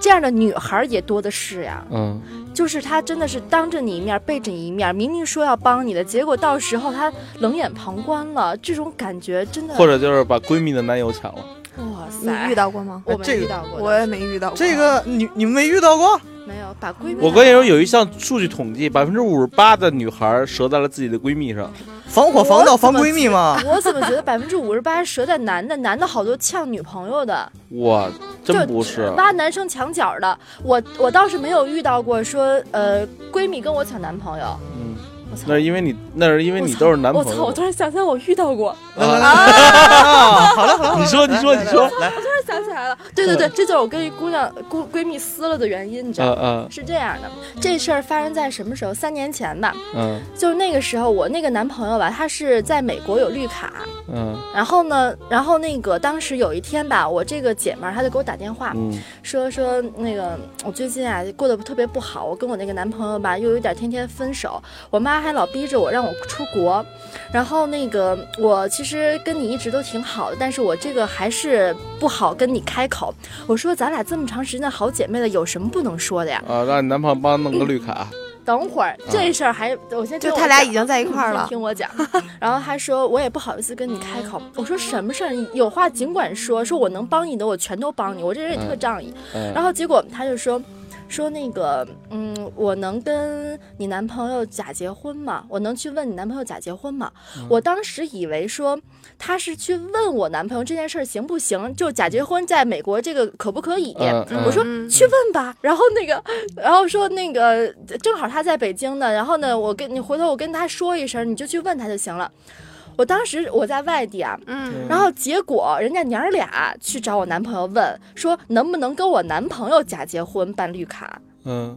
Speaker 6: 这样的女孩儿也多的是呀。
Speaker 7: 嗯，
Speaker 6: 就是她真的是当着你一面背着你一面，明明说要帮你的，结果到时候她冷眼旁观了，这种感觉真的，
Speaker 7: 或者嗯就是把闺蜜的男友抢
Speaker 6: 嗯哇
Speaker 7: 了，
Speaker 9: 你
Speaker 6: 塞，
Speaker 9: 遇到过吗？
Speaker 7: 哎
Speaker 6: 我没
Speaker 8: 这个
Speaker 6: 遇到过的，
Speaker 9: 我也没遇到过。
Speaker 8: 这个你你们没遇到过？
Speaker 6: 没有把闺蜜，
Speaker 7: 我跟你说，有一项数据统计，百分之五十八的女孩折在了自己的闺蜜上。
Speaker 8: 防火防盗防闺蜜嘛？
Speaker 6: 我怎么觉得百分之五十八折在男的，男的好多呛女朋友的，
Speaker 7: 哇，真
Speaker 6: 就
Speaker 7: 不是，
Speaker 6: 挖男生墙角的，我我倒是没有遇到过说呃闺蜜跟我抢男朋友，
Speaker 7: 嗯，
Speaker 6: 我操
Speaker 7: 那，是因为你，那是因为
Speaker 6: 我
Speaker 7: 你
Speaker 6: 操
Speaker 7: 都是男朋
Speaker 6: 我操，我
Speaker 7: 友。啊
Speaker 6: 突然想起来我啊遇到过，
Speaker 8: 好了好了，
Speaker 7: 你说，你说，你说，
Speaker 8: 来，
Speaker 6: 突然想起来了，对对对，这就是我跟一姑娘闺闺蜜撕了的原因，你知道吗？
Speaker 7: 嗯嗯
Speaker 6: 是这样的，这事儿发生在什么时候？三年前吧，
Speaker 7: 嗯
Speaker 6: 就是那个时候，我那个男朋友吧，他是在美国有绿卡，
Speaker 7: 嗯
Speaker 6: 然后呢，然后那个当时有一天吧，我这个姐们儿她就给我打电话，
Speaker 7: 嗯
Speaker 6: 说说那个我最近啊过得特别不好，我跟我那个男朋友吧又有点天天分手，我妈还老逼着我让我出国，然后那个我其实跟你一直都挺好的，但是我这个还是不好跟你开口，我说咱俩这么长时间的好姐妹了，有什么不能说的呀？
Speaker 7: 啊，让你男朋友帮弄个绿卡，
Speaker 6: 等会儿这事儿还，我先听
Speaker 9: 啊就
Speaker 6: 我
Speaker 9: 他俩
Speaker 6: 讲
Speaker 9: 已经在一块儿
Speaker 6: 你
Speaker 9: 了
Speaker 6: 先， 听我讲，然后他说我也不好意思跟你开口，我说什么事儿，你有话尽管说，说我能帮你的我全都帮你，我这人也特仗义。
Speaker 7: 嗯
Speaker 6: 然后结果他就说。说那个，嗯，我能跟你男朋友假结婚吗？我能去问你男朋友假结婚吗？我当时以为说他是去问我男朋友这件事儿行不行，就假结婚在美国这个可不可以？
Speaker 7: 嗯嗯
Speaker 6: 我说
Speaker 9: 嗯
Speaker 6: 去问吧。然后那个，然后说那个正好他在北京呢，然后呢，我跟你回头我跟他说一声，你就去问他就行了。我当时我在外地啊，
Speaker 9: 嗯，
Speaker 6: 然后结果人家娘儿俩去找我男朋友问说能不能跟我男朋友假结婚办绿卡，
Speaker 7: 嗯，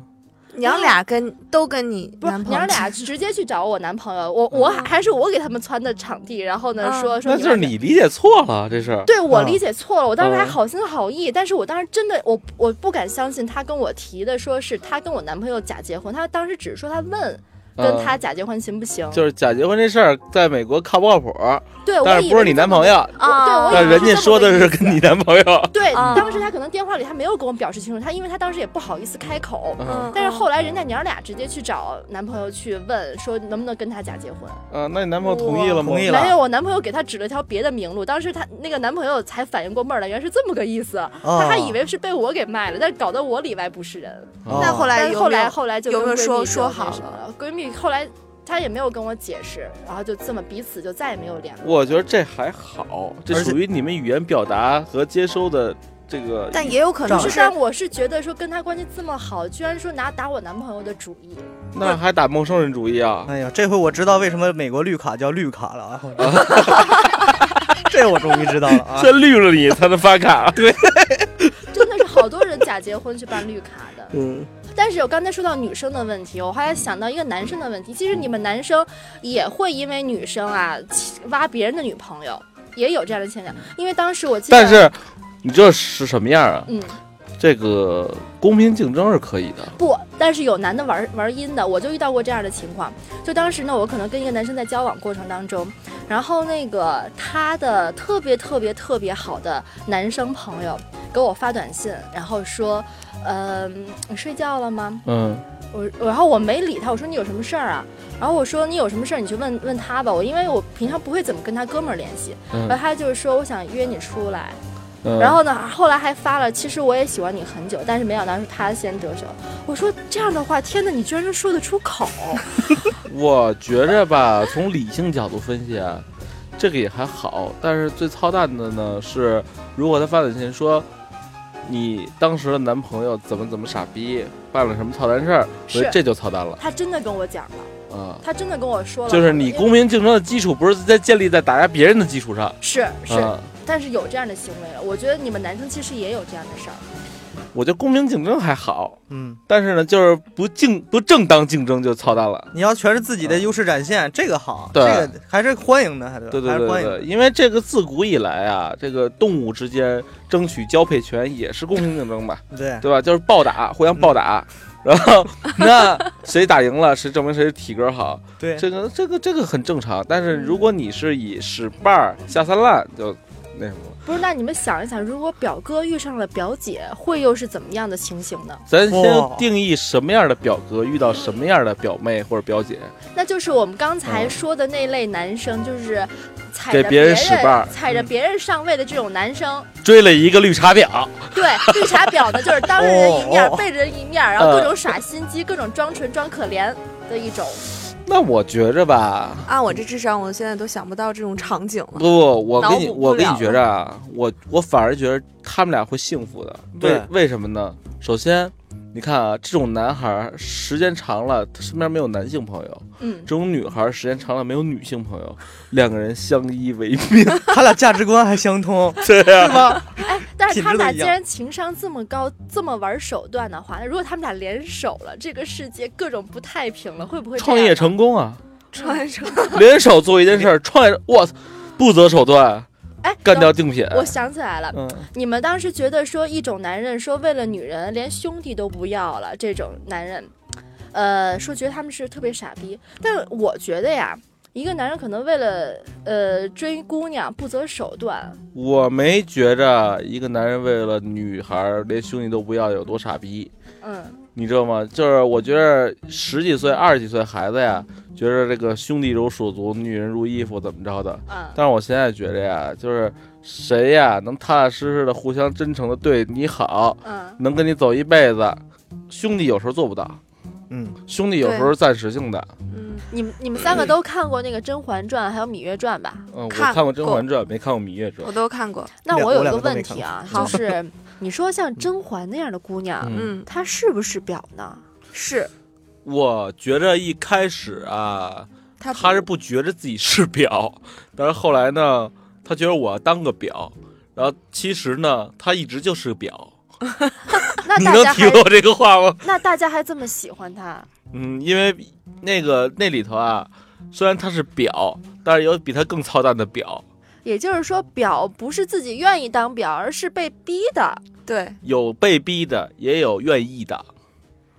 Speaker 9: 娘俩跟都跟你
Speaker 6: 不是
Speaker 9: 男朋友
Speaker 6: 娘儿俩直接去找我男朋友，我我还还是我给他们撺的场地，然后呢
Speaker 9: 嗯
Speaker 6: 说说
Speaker 7: 那就是
Speaker 6: 们俩
Speaker 7: 你理解错了这事儿。
Speaker 6: 对我
Speaker 7: 啊
Speaker 6: 理解错了，我当时还
Speaker 7: 嗯
Speaker 6: 好心好意，但是我当时真的我我不敢相信他跟我提的说是他跟我男朋友假结婚，他当时只是说他问跟
Speaker 7: 嗯
Speaker 6: 他假结婚行不行，
Speaker 7: 就是假结婚这事儿，在美国靠不靠谱？
Speaker 6: 对我
Speaker 7: 但
Speaker 6: 以
Speaker 7: 是不是
Speaker 6: 为
Speaker 7: 你
Speaker 6: 这
Speaker 7: 男
Speaker 6: 么
Speaker 7: 朋友？
Speaker 6: 啊？对，我以
Speaker 7: 但
Speaker 6: 为
Speaker 7: 人家
Speaker 6: 这么
Speaker 7: 说
Speaker 6: 个
Speaker 7: 的
Speaker 6: 意
Speaker 7: 是
Speaker 6: 思
Speaker 7: 跟你男朋友。
Speaker 6: 对，
Speaker 9: 啊
Speaker 6: 当时他可能电话里他没有跟我表示清楚，他因为他当时也不好意思开口。
Speaker 7: 嗯
Speaker 6: 但是后来人家娘儿俩直接去找男朋友去问，说能不能跟他假结婚。
Speaker 7: 啊，那你男朋友同意了吗？
Speaker 8: 同意了
Speaker 6: 没有，我男朋友给他指了条别的明路。当时他那个男朋友才反应过味儿来，原来是这么个意
Speaker 9: 哦
Speaker 6: 思。他
Speaker 8: 哦
Speaker 6: 还以为是被我给卖了，但是搞得我里外不是人。
Speaker 7: 啊
Speaker 9: 那后来
Speaker 6: 但
Speaker 9: 有
Speaker 6: 是
Speaker 9: 没有
Speaker 6: 后来后来就
Speaker 9: 有没有
Speaker 6: 跟闺蜜
Speaker 9: 说
Speaker 6: 就
Speaker 9: 说
Speaker 6: 那
Speaker 9: 好
Speaker 6: 什么了？闺蜜后来她也没有跟我解释，然后就这么彼此就再也没有联络。
Speaker 7: 我觉得这还好，这
Speaker 8: 而且
Speaker 7: 属于你们语言表达和接收的这个，
Speaker 9: 但也有可能
Speaker 8: 障
Speaker 6: 就是
Speaker 8: 碍
Speaker 9: 是
Speaker 6: 但我是觉得说跟他关系这么好，居然说拿打我男朋友的主意，
Speaker 7: 那还打陌生人主意啊？
Speaker 8: 哎呀，这回我知道为什么美国绿卡叫绿卡了啊！这我终于知道了啊！
Speaker 7: 这绿了你才能发 卡。对，
Speaker 6: 真的是好多人假结婚去办绿卡的。
Speaker 7: 嗯，
Speaker 6: 但是我刚才说到女生的问题，我还想到一个男生的问题。其实你们男生也会因为女生啊起挖别人的女朋友，也有这样的现象。因为当时我记得，
Speaker 7: 嗯但是你这是什么样啊？
Speaker 6: 嗯
Speaker 7: 这个公平竞争是可以的。
Speaker 6: 不，但是有男的玩玩阴的，我就遇到过这样的情况。就当时呢，我可能跟一个男生在交往过程当中，然后那个他的特别特别特别好的男生朋友给我发短信，然后说，嗯、你睡觉了吗？
Speaker 7: 嗯，
Speaker 6: 我我然后我没理他，我说你有什么事儿啊？然后我说你有什么事儿你去问问他吧，我因为我平常不会怎么跟他哥们儿联系。
Speaker 7: 嗯
Speaker 6: 然后他就是说我想约你出来，
Speaker 7: 嗯
Speaker 6: 然后呢后来还发了，其实我也喜欢你很久，但是没想到是他先得手。我说这样的话，天哪，你居然能说得出口？
Speaker 7: 我觉着吧， 从理性角度分析啊，这个也还好。但是最操蛋的呢是，如果他发短信说你当时的男朋友怎么怎么傻逼，办了什么操蛋事儿，我觉得
Speaker 6: 是
Speaker 7: 这就操蛋了
Speaker 6: 他真的跟我讲了，
Speaker 7: 啊。
Speaker 6: 他真的跟我说了，
Speaker 7: 就是你公平竞争的基础不是在建立在打压别人的基础上。
Speaker 6: 是是，
Speaker 7: 啊，
Speaker 6: 但是有这样的行为了。我觉得你们男生其实也有这样的事儿，
Speaker 7: 我觉得公平竞争还好，
Speaker 8: 嗯，
Speaker 7: 但是呢，就是不竞不正当竞争就操蛋了。
Speaker 8: 你要全是自己的优势展现，这个好，
Speaker 7: 对
Speaker 8: 这个还是欢迎的，还对
Speaker 7: 对
Speaker 8: 还
Speaker 7: 对
Speaker 8: 是
Speaker 7: 对
Speaker 8: 欢迎
Speaker 7: 对，
Speaker 8: 的。
Speaker 7: 因为这个自古以来啊，这个动物之间争取交配权也是公平竞争吧，
Speaker 8: 对，
Speaker 7: 对吧？就是暴打，互相暴打，
Speaker 8: 嗯
Speaker 7: 然后那谁打赢了，谁证明谁体格好，
Speaker 8: 对嗯
Speaker 7: 这个这个这个很正常。但是如果你是以使绊儿下三滥，就那什么了。
Speaker 6: 不是？那你们想一想，如果表哥遇上了表姐，会又是怎么样的情形呢？
Speaker 7: 咱
Speaker 8: 哇
Speaker 7: 先定义什么样的表哥遇到什么样的表妹或者表姐，
Speaker 6: 那就是我们刚才说的那类男生，就是踩
Speaker 7: 嗯给
Speaker 6: 着
Speaker 7: 别人
Speaker 6: 人
Speaker 7: 使绊儿嗯
Speaker 6: 踩着别人上位的这种男生。
Speaker 7: 追了一个绿茶婊，
Speaker 6: 对，绿茶婊呢， 就是当着人一面
Speaker 8: 哦，
Speaker 6: 背着人一面，然后
Speaker 7: 呃
Speaker 6: 各种耍心机，各种装纯装可怜的一种。
Speaker 7: 那我觉着吧，
Speaker 9: 按啊我这智商，我现在都想不到这种场景
Speaker 7: 不
Speaker 9: 了。
Speaker 7: 不，我跟你
Speaker 9: 脑补不
Speaker 7: 我跟你
Speaker 9: 了
Speaker 7: 觉着啊，我我反而觉得他们俩会幸福的。为
Speaker 8: 对
Speaker 7: 为什么呢？首先，你看啊，这种男孩儿时间长了，他身边没有男性朋友；
Speaker 6: 嗯
Speaker 7: 这，种女孩儿时间长了没有女性朋友，两个人相依为 命。
Speaker 8: 他俩价值观还相通，
Speaker 7: 对呀、
Speaker 6: 哎，但是
Speaker 8: 品
Speaker 6: 他们
Speaker 8: 质都
Speaker 6: 俩
Speaker 8: 一
Speaker 6: 既
Speaker 8: 样
Speaker 6: 然情商这么高，这么玩手段的话，那如果他们俩联手了，这个世界各种不太平了，会不会这
Speaker 7: 创
Speaker 6: 样
Speaker 7: 业
Speaker 6: 呢
Speaker 7: 成功啊，
Speaker 9: 穿上
Speaker 7: 联手做一件事儿，创业，我操，不择手段
Speaker 6: 哎
Speaker 7: 干掉
Speaker 6: 等
Speaker 7: 定品。
Speaker 6: 我想起来了，
Speaker 7: 嗯，
Speaker 6: 你们当时觉得说一种男人说为了女人连兄弟都不要了，这种男人，呃，说觉得他们是特别傻逼。但我觉得呀，一个男人可能为了呃追姑娘不择手段，
Speaker 7: 我没觉着一个男人为了女孩儿连兄弟都不要有多傻逼。
Speaker 6: 嗯，
Speaker 7: 你知道吗？就是我觉得十几岁、二十几岁孩子呀，觉着这个兄弟如手足，女人如衣服，怎么着的。
Speaker 6: 啊、
Speaker 7: 但是我现在觉着呀，就是谁呀能踏踏实实的、互相真诚的对你好，
Speaker 6: 嗯，
Speaker 7: 能跟你走一辈子，兄弟有时候做不到，
Speaker 8: 嗯，
Speaker 7: 兄弟有时候暂时性的。
Speaker 9: 嗯，
Speaker 6: 你们你们三个都看过那个《甄嬛传》还有《芈月传》吧？
Speaker 7: 嗯，我
Speaker 9: 看
Speaker 7: 看过《甄嬛传》，没看过《芈月传
Speaker 9: 我》。都看过。
Speaker 6: 那
Speaker 8: 两
Speaker 6: 我有
Speaker 8: 我
Speaker 6: 一
Speaker 8: 两
Speaker 6: 个
Speaker 8: 个都没
Speaker 6: 问题啊，
Speaker 9: 看
Speaker 6: 就
Speaker 9: 过
Speaker 6: 是你说像甄嬛那样的姑娘，
Speaker 7: 嗯
Speaker 9: 嗯，
Speaker 6: 她是不是婊呢？
Speaker 9: 是
Speaker 7: 我觉着一开始啊，
Speaker 9: 他
Speaker 7: 他是不觉着自己是表， 但是后来呢，他觉得我要当个表，然后其实呢，他一直就是个表。
Speaker 6: 那
Speaker 7: 你
Speaker 6: 大
Speaker 7: 能
Speaker 6: 家
Speaker 7: 体
Speaker 6: 还
Speaker 7: 会我这个话吗？
Speaker 6: 那大家还这么喜欢她？
Speaker 7: 嗯，因为那个那里头啊，虽然他是表，但是有比他更操蛋的表。
Speaker 6: 也就是说，表不是自己愿意当表，而是被逼的。
Speaker 9: 对，
Speaker 7: 有被逼的，也有愿意的。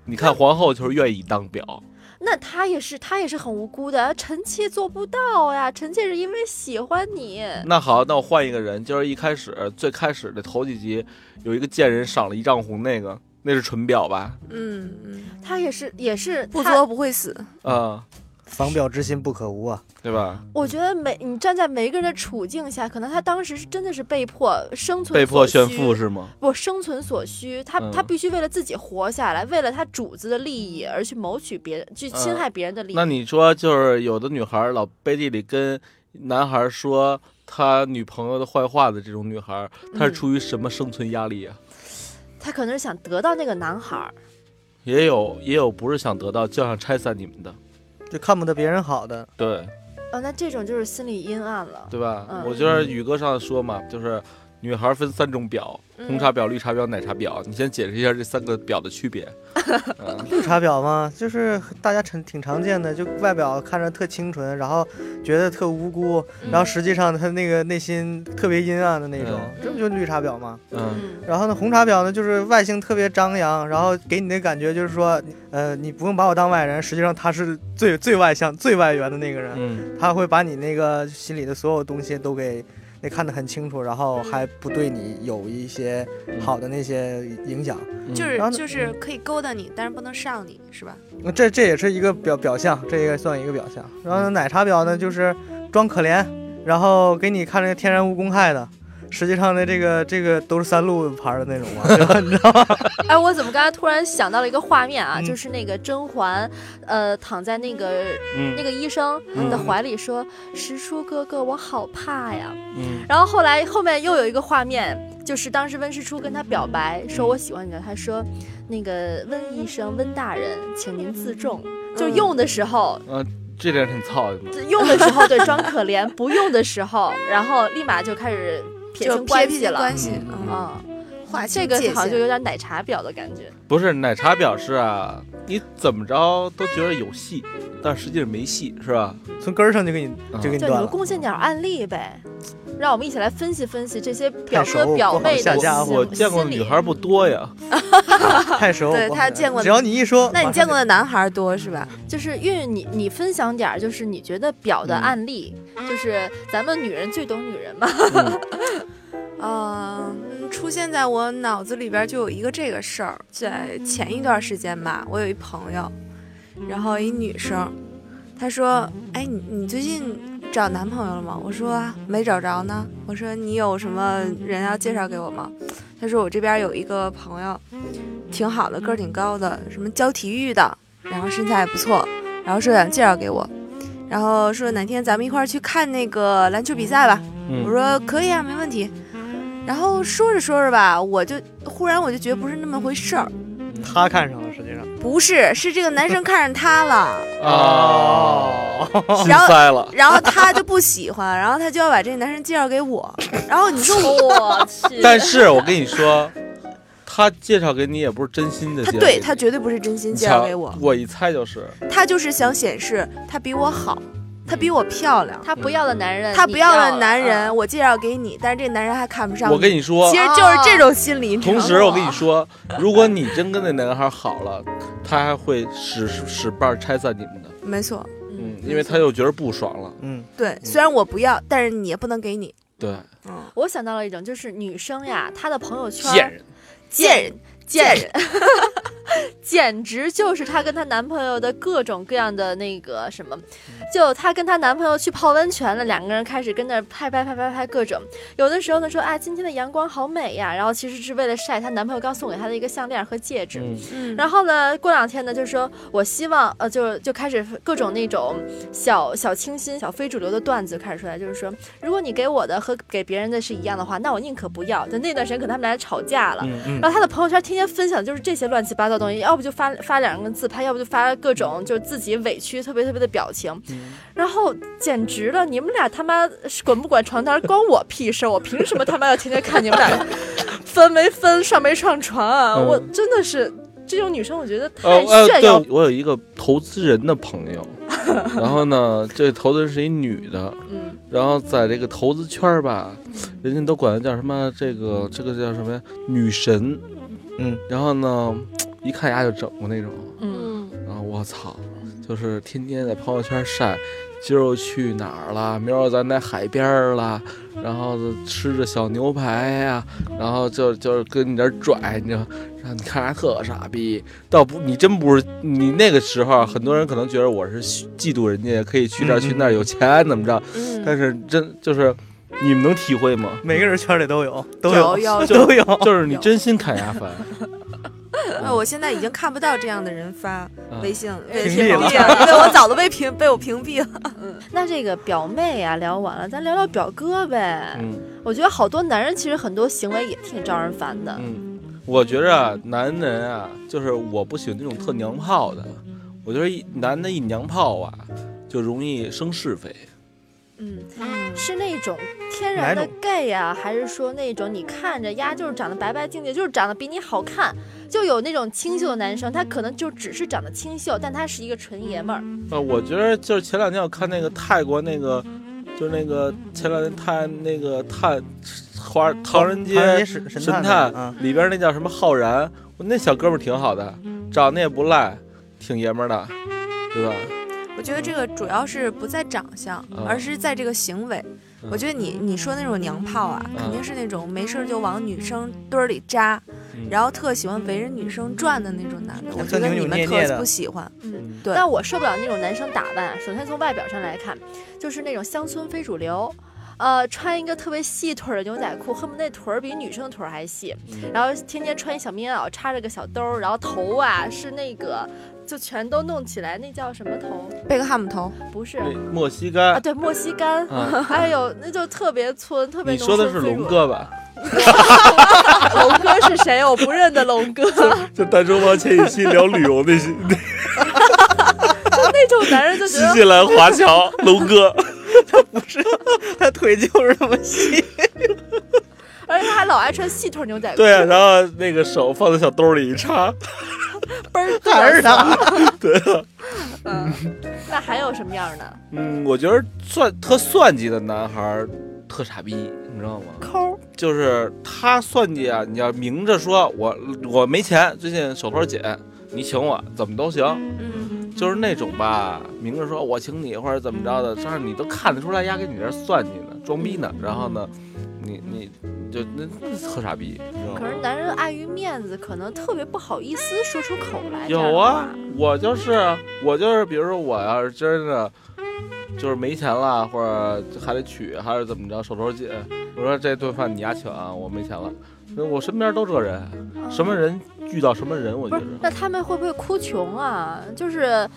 Speaker 7: 你看皇后就是愿意当表，
Speaker 6: 那他也是，他也是很无辜的。臣妾做不到呀，臣妾是因为喜欢你。
Speaker 7: 那好，那我换一个人，就是一开始最开始的头几集，有一个贱人赏了一丈红，那个那是纯表吧？
Speaker 9: 嗯嗯，
Speaker 6: 他也是，也是
Speaker 9: 不
Speaker 6: 他
Speaker 9: 作不会死。
Speaker 7: 啊、
Speaker 8: 防表之心不可无啊！
Speaker 7: 对吧？
Speaker 6: 我觉得每你站在每一个人的处境下，可能他当时是真的是被迫生存，
Speaker 7: 被迫炫富。是吗？
Speaker 6: 不，生存所需，他、他
Speaker 7: 嗯
Speaker 6: 必须为了自己活下来，为了他主子的利益而去谋取别人，去侵
Speaker 7: 嗯
Speaker 6: 害别人的利益。
Speaker 7: 那你说，就是有的女孩儿老背地里跟男孩说他女朋友的坏话的这种女孩，她是出于什么生存压力啊？
Speaker 6: 他可能是想得到那个男孩儿，
Speaker 7: 也有也有不是想得到，就想拆散你们的，
Speaker 8: 就看不得别人好的，
Speaker 7: 对
Speaker 6: 哦，那这种就是心理阴暗了。
Speaker 7: 对吧？
Speaker 6: 嗯
Speaker 7: 我觉得宇哥上次说嘛，就是女孩分三种表：
Speaker 9: 嗯
Speaker 7: 红茶婊、绿茶婊、奶茶婊。你先解释一下这三个婊的区别。嗯
Speaker 8: 绿茶婊嘛，就是大家常挺常见的，就外表看着特清纯，然后觉得特无辜，
Speaker 6: 嗯
Speaker 8: 然后实际上他那个内心特别阴暗的那种，
Speaker 7: 嗯
Speaker 8: 这不就是绿茶婊吗？
Speaker 7: 嗯
Speaker 6: 嗯，
Speaker 8: 然后呢，红茶婊呢，就是外形特别张扬，然后给你的感觉就是说，呃，你不用把我当外人，实际上他是最最外向、最外缘的那个人。
Speaker 7: 嗯
Speaker 8: 他会把你那个心里的所有东西都给那看得很清楚，然后还不对你有一些好的那些影响，
Speaker 7: 嗯
Speaker 9: 就是
Speaker 8: 然后呢
Speaker 9: 就是可以勾搭你，但是不能上你，是吧？
Speaker 8: 那这这也是一个表表象，这也算一个表象。然后呢奶茶婊呢，就是装可怜，然后给你看着天然无公害的。实际上呢，这个这个都是三鹿牌的那种嘛，对吧？你知道吗？
Speaker 6: 哎，我怎么刚才突然想到了一个画面啊，
Speaker 8: 嗯
Speaker 6: 就是那个甄嬛，呃，躺在那个
Speaker 7: 嗯
Speaker 6: 那个医生
Speaker 7: 嗯
Speaker 6: 的怀里说：“石叔哥哥，我好怕呀。”
Speaker 7: 嗯
Speaker 6: 然后后来后面又有一个画面，就是当时温实初跟他表白说我喜欢你了，他说那个温医生温大人，请您自重。
Speaker 9: 嗯
Speaker 6: 就是用的时候，
Speaker 7: 这点挺操心的。
Speaker 6: 用的时候对装可怜，不用的时候，然后立马就开始撇
Speaker 9: 就
Speaker 6: 清
Speaker 9: 撇
Speaker 6: 关
Speaker 9: 撇
Speaker 6: 系
Speaker 9: 清
Speaker 6: 了
Speaker 9: 关。系，嗯，
Speaker 6: 嗯，
Speaker 9: 划清
Speaker 6: 这个
Speaker 9: 界
Speaker 6: 好像就
Speaker 9: 限
Speaker 6: 有点奶茶婊的感觉。
Speaker 7: 不是奶茶表示啊，你怎么着都觉得有戏，但实际上没戏，是吧？
Speaker 8: 从根儿上就 给你就给
Speaker 6: 就你
Speaker 8: 你断
Speaker 6: 们
Speaker 8: 了。
Speaker 6: 贡献点案例呗，让我们一起来分析分析这些表
Speaker 8: 太熟
Speaker 6: 哥
Speaker 8: 了
Speaker 6: 表妹
Speaker 8: 大
Speaker 6: 的
Speaker 8: 我家
Speaker 6: 心
Speaker 8: 伙
Speaker 7: 我见过的
Speaker 6: 心理
Speaker 7: 女孩不多呀，
Speaker 8: 太熟，
Speaker 9: 对
Speaker 8: 我
Speaker 9: 他见过的
Speaker 8: 只要你一说，
Speaker 9: 那你
Speaker 8: 马上
Speaker 9: 见
Speaker 8: 就
Speaker 9: 过的男孩多是吧？
Speaker 6: 就是孕你你分享点儿，就是你觉得表的
Speaker 7: 嗯
Speaker 6: 案例，就是咱们女人最懂女人嘛。
Speaker 9: 呃嗯，出现在我脑子里边就有一个这个事儿，在前一段时间吧，我有一朋友，然后一女生，她说：“哎，你你最近找男朋友了吗？”我说：“啊没找着呢。”我说：“你有什么人要介绍给我吗？”她说：“我这边有一个朋友，挺好的，个儿挺高的，什么教体育的，然后身材也不错，然后说想介绍给我，然后说哪天咱们一块儿去看那个篮球比赛吧。”我
Speaker 7: 嗯
Speaker 9: 说可以啊，没问题。然后说着说着吧，我就忽然我就觉得不是那么回事儿，
Speaker 8: 他看上了，实际上
Speaker 9: 不是，是这个男生看上她了，
Speaker 7: 啊， 心
Speaker 9: 然后
Speaker 7: 塞了，
Speaker 9: 然后她就不喜欢，然后她就要把这个男生介绍给我，然后你说 我，
Speaker 6: 我 去
Speaker 7: 但是我跟你说，他介绍给你也不是真心的
Speaker 9: 她
Speaker 7: 介绍给你，
Speaker 9: 对她绝对不是真心
Speaker 7: 你
Speaker 9: 介绍
Speaker 7: 瞧
Speaker 9: 给我，
Speaker 7: 我一猜就是，
Speaker 9: 她就是想显示她比我好，她比我漂亮，
Speaker 6: 他不要的男人，
Speaker 9: 她不
Speaker 6: 你
Speaker 9: 要啊
Speaker 6: 要
Speaker 9: 的男人
Speaker 6: 嗯
Speaker 9: 我介绍给你，但是这个男人还看不上
Speaker 7: 我跟你说
Speaker 9: 其，实就是这种心理。你知道
Speaker 7: 同
Speaker 9: 吗
Speaker 7: 时我跟
Speaker 6: 啊
Speaker 7: 你说，如果你真跟那男孩好了，他还会使使绊儿拆散你们的，
Speaker 9: 没错，
Speaker 7: 嗯，因为他又觉得不爽了，
Speaker 8: 嗯，
Speaker 9: 对，虽然我不要，但是你也不能给你，
Speaker 7: 对，
Speaker 9: 嗯，
Speaker 6: 我想到了一种，就是女生呀，她的朋友圈
Speaker 7: 贱人，
Speaker 9: 贱人，
Speaker 6: 贱人。 简直就是她跟她男朋友的各种各样的那个什么，就她跟她男朋友去泡温泉了，两个人开始跟那儿拍拍拍拍拍各种。有的时候呢说啊，今天的阳光好美呀，然后其实是为了晒她男朋友刚送给她的一个项链和戒指。
Speaker 7: 嗯
Speaker 9: 嗯
Speaker 6: 然后呢，过两天呢，就说我希望，呃，就就开始各种那种小小清新、小非主流的段子开始出来，就是说，如果你给我的和给别人的是一样的话，那我宁可不要。就那段时间，可能他们俩吵架了。
Speaker 7: 嗯嗯
Speaker 6: 然后他的朋友圈天天分享就是这些乱七八糟东西，要不就发发两个自拍，要不就发各种就是自己委屈特别特别的表情，
Speaker 7: 嗯
Speaker 6: 然后简直了！你们俩他妈是滚不滚床单关我屁事儿，我凭什么他妈要天天看你们 俩分没分上没上床啊？
Speaker 7: 嗯
Speaker 6: 我真的是这种女生，我觉得
Speaker 7: 呃
Speaker 6: 太
Speaker 7: 呃，
Speaker 6: 炫
Speaker 7: 对
Speaker 6: 耀。，
Speaker 7: 我有一个投资人的朋 友，然后呢，这投资人是一女的，
Speaker 6: 嗯，
Speaker 7: 然后在这个投资圈儿吧，人家都管她叫什么这个这个叫什么呀，女神，
Speaker 8: 嗯，
Speaker 7: 然后呢，一看丫就整过那种，
Speaker 6: 嗯
Speaker 7: 然后我操，就是天天在朋友圈晒，今儿又去哪儿了，明儿又咱在海边儿了，然后吃着小牛排呀、然后就就是跟你这儿拽，你知道，让你看着还特傻逼。倒不，你真不是你那个时候，啊很多人可能觉得我是嫉妒人家可以去这儿
Speaker 8: 嗯嗯
Speaker 7: 去那儿有钱怎么着，
Speaker 9: 嗯
Speaker 7: 但是真就是你们能体会 吗？
Speaker 8: 每个人圈里都有，都
Speaker 9: 有有
Speaker 8: 都 有，
Speaker 7: 啊就是你真心看牙烦，
Speaker 9: 呃，我现在已经看不到这样的人发
Speaker 7: 嗯
Speaker 9: 微信，被
Speaker 8: 屏
Speaker 9: 屏
Speaker 8: 蔽了
Speaker 9: 蔽了，对我早都被屏被我屏蔽了。
Speaker 6: 那这个表妹啊，聊完了，咱聊聊表哥呗。
Speaker 7: 嗯
Speaker 6: 我觉得好多男人其实很多行为也挺招人烦的。
Speaker 7: 嗯，我觉着啊，男人啊，就是我不喜欢那种特娘炮的，我觉得一男的一娘炮啊，就容易生是非。
Speaker 6: 嗯，
Speaker 9: 嗯
Speaker 6: 是那种天然
Speaker 8: 哪
Speaker 6: 的
Speaker 8: 种
Speaker 6: gay 呀、还是说那种你看着呀，就是长得白白净净，就是长得比你好看，就有那种清秀的男生，他可能就只是长得清秀，但他是一个纯爷们儿。嗯
Speaker 7: 啊，我觉得就是前两天我看那个泰国那个，就是那个前两天探那个探华唐人街
Speaker 8: 唐人街神神
Speaker 7: 神
Speaker 8: 探
Speaker 7: 探
Speaker 8: 啊，
Speaker 7: 里边那叫什么浩然，我那小哥们儿挺好的，长得也不赖，挺爷们儿的，对吧？
Speaker 9: 我觉得这个主要是不在长相，
Speaker 7: 嗯
Speaker 9: 而是在这个行为。
Speaker 7: 嗯
Speaker 9: 我觉得你你说那种娘炮啊，
Speaker 7: 嗯
Speaker 9: 肯定是那种没事儿就往女生堆儿里扎，
Speaker 7: 嗯
Speaker 9: 然后特喜欢围着女生转的那种男的。我觉得
Speaker 8: 扭扭
Speaker 9: 你们
Speaker 8: 捏捏
Speaker 9: 特
Speaker 8: 的
Speaker 9: 不喜欢。
Speaker 6: 嗯，
Speaker 9: 对
Speaker 6: 但我受不了那种男生打扮。啊首先从外表上来看，就是那种乡村非主流。呃，穿一个特别细腿儿的牛仔裤，恨不得那腿儿比女生的腿儿还细，然后天天穿一小棉袄，插着个小兜儿，然后头啊是那个，就全都弄起来，那叫什么头？
Speaker 9: 贝克汉姆头，
Speaker 6: 不是，
Speaker 7: 那莫西
Speaker 6: 啊，
Speaker 7: 干，
Speaker 6: 对，莫西干，
Speaker 7: 啊
Speaker 6: 还有那就特别村，特别
Speaker 7: 你
Speaker 6: 农
Speaker 7: 说的
Speaker 6: 村
Speaker 7: 是
Speaker 6: 非主
Speaker 7: 龙哥吧？
Speaker 6: 流，龙哥是谁？我不认得龙哥，
Speaker 7: 就单身汪 前一期聊旅游那些，
Speaker 6: 那种男人就觉
Speaker 7: 新
Speaker 6: 得
Speaker 7: 西兰华 侨龙哥，
Speaker 8: 他腿就是那么细。
Speaker 6: 而且他还老爱穿细腿牛仔裤，
Speaker 7: 对啊，然后那个手放在小兜里 一插，
Speaker 6: 倍儿
Speaker 8: 还是
Speaker 6: 他。
Speaker 7: 对啊。
Speaker 6: 嗯，那还有什么样的？
Speaker 7: 嗯，我觉得算特算计的男孩儿特傻逼，你知道吗？
Speaker 6: 抠儿，
Speaker 7: 就是他算计啊，你要明着说我我没钱，最近手头紧，你请我怎么都行，
Speaker 9: 嗯，
Speaker 7: 就是那种吧，明着说我请你或者怎么着的，但是你都看得出来，丫跟你这儿算计呢，装逼呢，然后呢，你你你就那那特傻逼，你知道吗
Speaker 6: 可是男人碍于面子，可能特别不好意思说出口来。这样
Speaker 7: 有
Speaker 6: 的
Speaker 7: 啊
Speaker 6: 话，
Speaker 7: 我就是啊我就是，比如说我要是真的就是没钱了，或者还得取，还是怎么着，手头紧，我说这顿饭你丫请啊，我没钱了。那我身边都这人，什么人遇到什么人，我
Speaker 6: 嗯不
Speaker 7: 觉
Speaker 6: 是
Speaker 7: 着，
Speaker 6: 那他们会不会哭穷啊？就是呃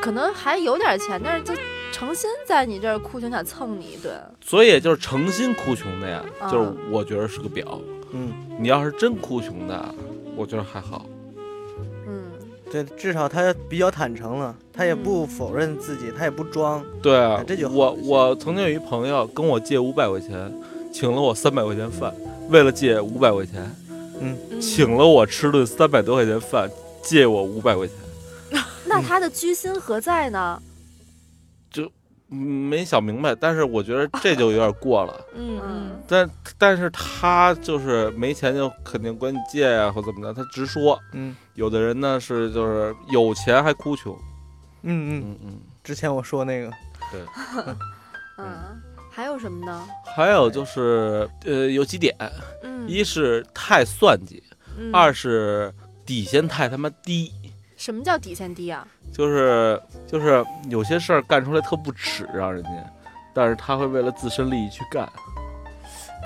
Speaker 6: 可能还有点钱，但是就诚心在你这儿哭穷，想蹭你一顿。
Speaker 7: 所以就是诚心哭穷的呀，
Speaker 6: 啊
Speaker 7: 就是我觉得是个表。
Speaker 8: 嗯，
Speaker 7: 你要是真哭穷的，我觉得还好。
Speaker 6: 嗯，
Speaker 8: 对，至少他比较坦诚了，他也不否认自己，他也不装。
Speaker 7: 对啊
Speaker 8: 哎这就，好
Speaker 7: 我我曾经有一朋友跟我借五百块钱，请了我三百块钱饭，为了借五百块钱，
Speaker 9: 嗯
Speaker 7: 请了我吃顿三百多块钱饭，借我五百块钱，
Speaker 6: 那他的居心何在呢？
Speaker 7: 嗯没想明白。但是我觉得这就有点过了。
Speaker 9: 嗯嗯
Speaker 6: 嗯，
Speaker 7: 但但是他就是没钱就肯定管你借呀、或怎么着，他直说。
Speaker 8: 嗯
Speaker 7: 有的人呢是就是有钱还哭穷。
Speaker 8: 嗯嗯，
Speaker 7: 嗯嗯。
Speaker 8: 之前我说那个，
Speaker 6: 嗯，还有什么呢？
Speaker 7: 还有就是呃有几点，
Speaker 9: 嗯
Speaker 7: 一是太算计，
Speaker 9: 嗯
Speaker 7: 二是底线太他妈低。
Speaker 6: 什么叫底线低啊？
Speaker 7: 就是就是有些事儿干出来特不耻，让人家，但是他会为了自身利益去干，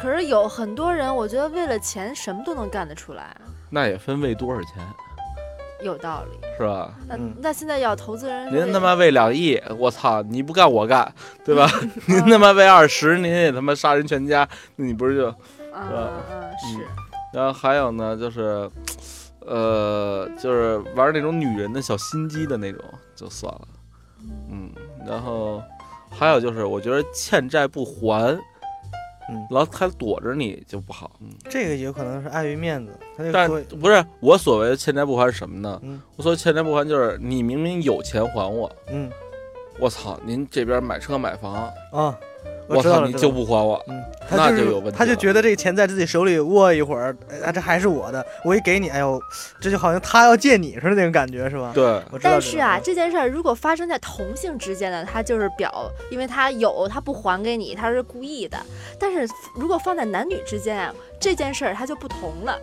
Speaker 6: 可是有很多人，我觉得为了钱什么都能干得出来，啊
Speaker 7: 那也分为多少钱，
Speaker 6: 有道理。
Speaker 7: 是吧？
Speaker 6: 那、
Speaker 8: 嗯
Speaker 6: 那现在要投资
Speaker 8: 啊
Speaker 6: 人，
Speaker 7: 您他妈为两亿，我操！你不干我干，对 吧？
Speaker 8: 嗯
Speaker 7: 您他妈为二十，您也他妈杀人全家，那你不是就？
Speaker 6: 嗯，嗯嗯是，
Speaker 7: 然后还有呢，就是，呃，就是玩那种女人的小心机的那种，就算了。嗯，然后还有就是，我觉得欠债不还，
Speaker 8: 嗯
Speaker 7: 然后他躲着你就不好。嗯。
Speaker 8: 这个也有可能是碍于面子，他就
Speaker 7: 但
Speaker 8: 说
Speaker 7: 不是我所谓的欠债不还是什么呢？
Speaker 8: 哎嗯
Speaker 7: 我所谓欠债不还就是你明明有钱还我，
Speaker 8: 嗯
Speaker 7: 我操，您这边买车买房，
Speaker 8: 啊，
Speaker 7: 我
Speaker 8: 知道
Speaker 7: 操，
Speaker 8: 了，
Speaker 7: 你
Speaker 8: 知
Speaker 7: 就
Speaker 8: 道了
Speaker 7: 不还我，
Speaker 8: 嗯，
Speaker 7: 那
Speaker 8: 他就是
Speaker 7: 就有问题
Speaker 8: 他就
Speaker 7: 了
Speaker 8: 觉得这个钱在自己手里握一会儿，哎，这还是我的，我一给你，哎呦，这就好像他要借你似的那种感觉，是吧？
Speaker 7: 对，
Speaker 8: 我知道
Speaker 6: 但
Speaker 8: 这
Speaker 6: 是
Speaker 8: 个
Speaker 6: 啊，，这件事儿如果发生在同性之间呢，他就是表，因为他有他不还给你，他是故意的。但是如果放在男女之间啊，这件事儿他就不同了。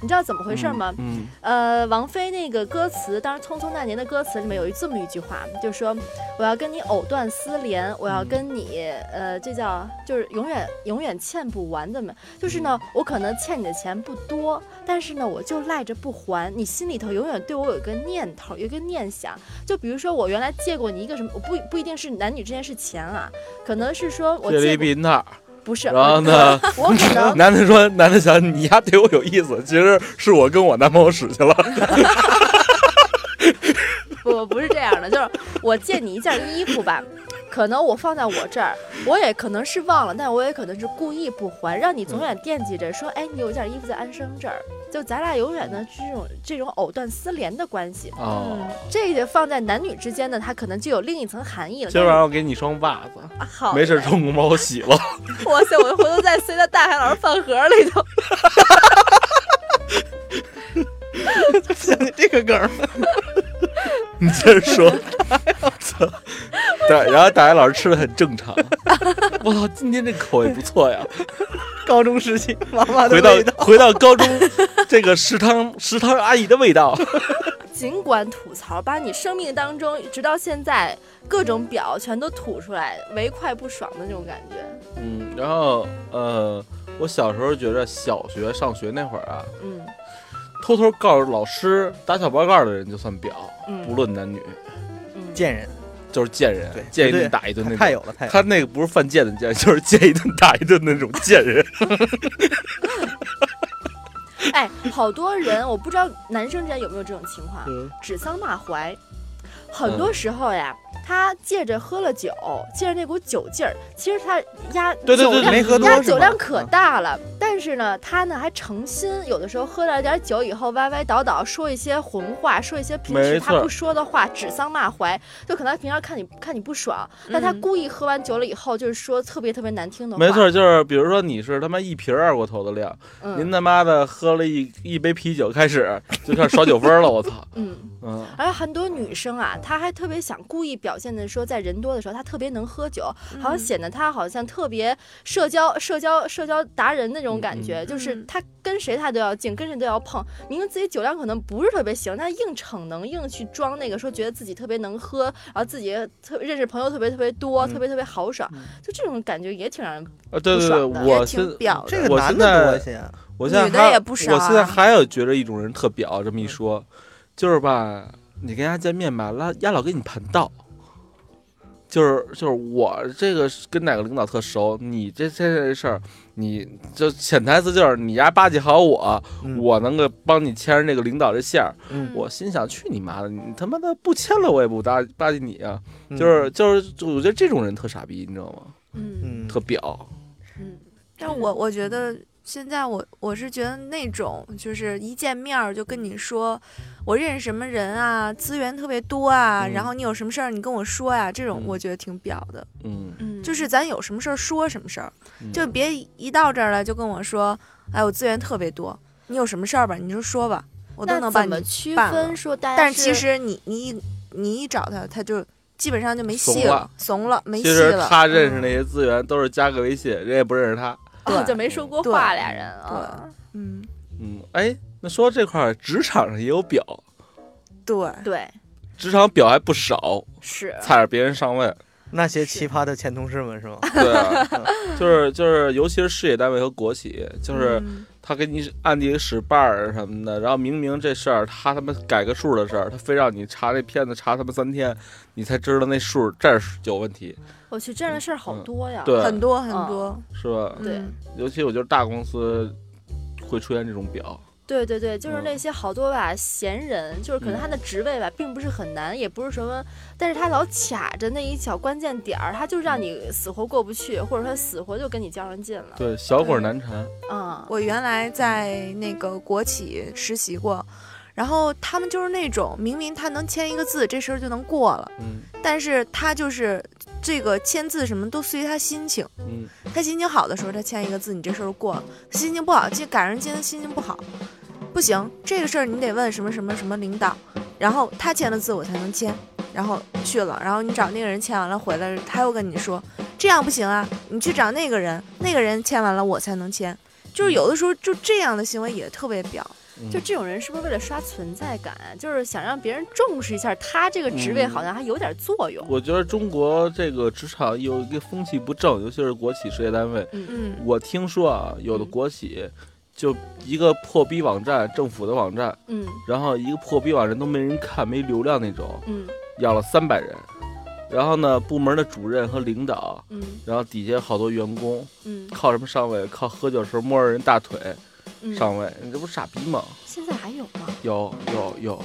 Speaker 6: 你知道怎么回事吗？
Speaker 7: 嗯，
Speaker 6: 呃，王菲那个歌词，当时《匆匆那年》的歌词里面有一这么一句话，就是说我要跟你藕断丝连，我要跟你，呃，这叫就是永远永远欠不完的嘛。就是呢，
Speaker 7: 嗯
Speaker 6: 我可能欠你的钱不多，但是呢，我就赖着不还，你心里头永远对我有一个念头，有一个念想。就比如说我原来借过你一个什么，我不不一定是男女之间是钱啊，可能是说我
Speaker 7: 借了
Speaker 6: 借
Speaker 7: 一
Speaker 6: 过
Speaker 7: 避孕套，
Speaker 6: 不是，
Speaker 7: 然 后呢，
Speaker 6: 我可能
Speaker 7: 男的说，男的想你丫对我有意思，其实是我跟我男朋友使去了。
Speaker 6: 不不是这样的，就是我借你一件衣服吧，可能我放在我这儿，我也可能是忘了，但我也可能是故意不还，让
Speaker 7: 嗯
Speaker 6: 你总远惦记着，说，哎，你有一件衣服在安生这儿，就咱俩永远的这种这种藕断丝连的关系。
Speaker 7: 哦，
Speaker 9: 嗯
Speaker 6: 这个放在男女之间呢，它可能就有另一层含义了。
Speaker 7: 今儿晚上我给你双袜子，
Speaker 6: 但是好，
Speaker 7: 没事，中午把我洗 了。
Speaker 6: 哇塞，我回头再塞到大海老师饭盒里头。
Speaker 8: 想起这个梗儿，
Speaker 7: 你接着说。 对，然后大学老师吃的很正常。我操，今天这口味不错呀！
Speaker 8: 高中时期妈妈的
Speaker 7: 回到
Speaker 8: 味道。
Speaker 7: 回到 高中，这个食堂食堂阿姨的味道。
Speaker 6: 尽管吐槽，把你生命当中直到现在各种表全都吐出来，唯快不爽的那种感觉。
Speaker 7: 嗯，然后呃，我小时候觉着小学上学那会儿啊，
Speaker 6: 嗯
Speaker 7: 偷偷告诉老师打小报告的人就算婊，不
Speaker 6: 嗯
Speaker 7: 论男女，
Speaker 6: 嗯，
Speaker 8: 贱人，
Speaker 7: 就是贱人
Speaker 8: 对，
Speaker 7: 见一
Speaker 8: 绝对
Speaker 7: 顿打一顿那
Speaker 8: 太
Speaker 7: 种。
Speaker 8: 有了，太有了。
Speaker 7: 他那个不是犯贱的贱， 就是见一顿打一顿的那种贱人。
Speaker 6: 哎，好多人我不知道男生之间有没有这种情况，
Speaker 7: 嗯
Speaker 6: 指桑骂槐。很多时候呀，他借着喝了酒，借着那股酒劲儿，其实他压
Speaker 7: 对对
Speaker 6: 酒
Speaker 7: 对
Speaker 6: 量
Speaker 8: 没喝多
Speaker 6: 压
Speaker 8: 是
Speaker 6: 酒
Speaker 8: 吗
Speaker 6: 量
Speaker 7: 嗯
Speaker 6: 可大了，但是呢，他呢还诚心，有的时候喝了点酒以后歪歪倒倒，说一些混话，说一些平时
Speaker 7: 没
Speaker 6: 他
Speaker 7: 错
Speaker 6: 不说的话，指桑骂槐，就可能他平常看你看你不爽，但他
Speaker 9: 嗯
Speaker 6: 故意喝完酒了以后，就是说特别特别难听的话。
Speaker 7: 没，错，就是比如说你是他妈一瓶二锅头的量，您
Speaker 6: 嗯
Speaker 7: 他妈的喝了一一杯啤酒开始就开始耍酒疯了，我操！
Speaker 6: 嗯。
Speaker 7: 嗯，
Speaker 6: 而很多女生啊，她还特别想故意表现的说，在人多的时候她特别能喝酒，
Speaker 9: 嗯
Speaker 6: 好
Speaker 7: 嗯
Speaker 6: 像显得她好像特别社交、社交、社交达人那种感觉，就是
Speaker 9: 嗯
Speaker 6: 她跟谁她都要敬，跟谁都要碰。明明自己酒量可能不是特别行，但硬逞能，硬去装那个说觉得自己特别能喝，然后自己特认识朋友特别特别多，
Speaker 9: 嗯
Speaker 6: 特别特别豪爽，就这种感觉也挺让人
Speaker 7: 啊，对
Speaker 6: 不
Speaker 7: 对对，
Speaker 6: 爽的
Speaker 7: 我
Speaker 9: 也挺
Speaker 7: 现
Speaker 9: 婊的。
Speaker 8: 这个
Speaker 7: 我
Speaker 8: 男
Speaker 7: 现
Speaker 8: 的多
Speaker 7: 在
Speaker 8: 一些啊，
Speaker 7: 我现在
Speaker 9: 女的
Speaker 7: 还
Speaker 9: 也不少
Speaker 7: 我现在
Speaker 9: 啊
Speaker 7: 还有觉着一种人特婊，这么一说，就是吧，你跟人家见面吧，拉丫老给你盘道，就是就是我这个是跟哪个领导特熟，你这这这事儿，你就潜台词就是你丫巴结好我，
Speaker 8: 嗯
Speaker 7: 我能够帮你牵着这个领导这线儿。
Speaker 8: 嗯
Speaker 7: 我心想去你妈的，你他妈的不签了我也不搭巴结你啊！
Speaker 8: 嗯
Speaker 7: 就是就是，我觉得这种人特傻逼，你知道吗？
Speaker 6: 嗯
Speaker 8: 嗯
Speaker 7: 特婊。
Speaker 6: 嗯
Speaker 9: 但我我觉得现在我我是觉得那种就是一见面儿就跟你说我认识什么人啊，资源特别多啊，
Speaker 7: 嗯
Speaker 9: 然后你有什么事儿你跟我说呀、这种
Speaker 7: 嗯
Speaker 9: 我觉得挺婊的。
Speaker 7: 嗯，
Speaker 6: 嗯，
Speaker 9: 就是咱有什么事儿说什么事儿，
Speaker 7: 嗯
Speaker 9: 就别一到这儿来就跟我说，哎，我资源特别多，你有什么事儿吧，你就说吧，我都
Speaker 6: 那
Speaker 9: 能帮
Speaker 6: 怎么
Speaker 9: 你。
Speaker 6: 区
Speaker 9: 办
Speaker 6: 分
Speaker 9: 了
Speaker 6: 说大家
Speaker 9: 但是其实你你一你一找他，他就基本上就没戏
Speaker 7: 怂了
Speaker 9: 了，怂了，没
Speaker 7: 其
Speaker 9: 戏
Speaker 7: 实
Speaker 9: 了。嗯
Speaker 7: 他认识那些资源都是加个微信，人也不认识他。
Speaker 6: 哦
Speaker 9: 对
Speaker 6: 就没说过
Speaker 9: 对
Speaker 6: 话俩人啊，
Speaker 9: 嗯，
Speaker 7: 嗯，哎，那说到这块儿，职场上也有婊，
Speaker 9: 对，
Speaker 6: 对，
Speaker 7: 职场婊还不少，
Speaker 6: 是。
Speaker 7: 踩着别人上 位。
Speaker 8: 那些奇葩的前同事们是吗？
Speaker 7: 对啊，就是就是，尤其是事业单位和国企，就是
Speaker 9: 嗯
Speaker 7: 他给你暗地里使绊儿什么的，然后明明这事儿他他妈改个数的事儿，他非让你查这片子查他妈三天，你才知道那数这是有问题，
Speaker 6: 我去，这样的事儿好
Speaker 7: 嗯
Speaker 6: 多呀。
Speaker 7: 对，
Speaker 9: 啊很多很
Speaker 6: 嗯
Speaker 9: 多，
Speaker 7: 是吧？
Speaker 6: 对
Speaker 9: 嗯
Speaker 7: 尤其我觉得大公司会出现这种婊，
Speaker 6: 对对对，就是
Speaker 7: 嗯
Speaker 6: 那些好多吧闲人，就是可能他的职位吧，并不是很难，也不是什么，但是他老卡着那一小关键点儿，他就让你
Speaker 7: 嗯
Speaker 6: 死活过不去，或者说死活就跟你较上劲了。
Speaker 7: 对，小鬼难缠，
Speaker 6: 啊，
Speaker 9: 我原来在那个国企实习过，然后他们就是那种明明他能签一个字，这事儿就能过了，
Speaker 7: 嗯
Speaker 9: 但是他就是这个签字什么都随他心情，
Speaker 7: 嗯，
Speaker 9: 他心情好的时候他签一个字，你这事儿就过了；心情不好，就赶上今天心情不好，不行，这个事儿你得问什么什么什么领导，然后他签了字我才能签。然后去了，然后你找那个人签完了回来，他又跟你说这样不行啊，你去找那个人，那个人签完了我才能签。就是有的时候就这样的行为也特别表，
Speaker 7: 嗯
Speaker 6: 就这种人是不是为了刷存在感，啊就是想让别人重视一下他这个职位，
Speaker 7: 嗯
Speaker 6: 好像还有点作用。
Speaker 7: 我觉得中国这个职场有一个风气不正，尤其是国企事业单位。
Speaker 9: 嗯，
Speaker 7: 我听说啊，有的
Speaker 6: 嗯
Speaker 7: 国企就一个破逼网站，政府的网站，
Speaker 6: 嗯
Speaker 7: 然后一个破逼网站都没人看，没流量那种，
Speaker 6: 嗯
Speaker 7: 要了三百人。然后呢，部门的主任和领导，
Speaker 6: 嗯
Speaker 7: 然后底下好多员工，
Speaker 6: 嗯
Speaker 7: 靠什么上位？靠喝酒时候摸着人大腿
Speaker 6: 嗯，
Speaker 7: 上位，你这不是傻逼吗？
Speaker 6: 现在还有吗？
Speaker 7: 有有有，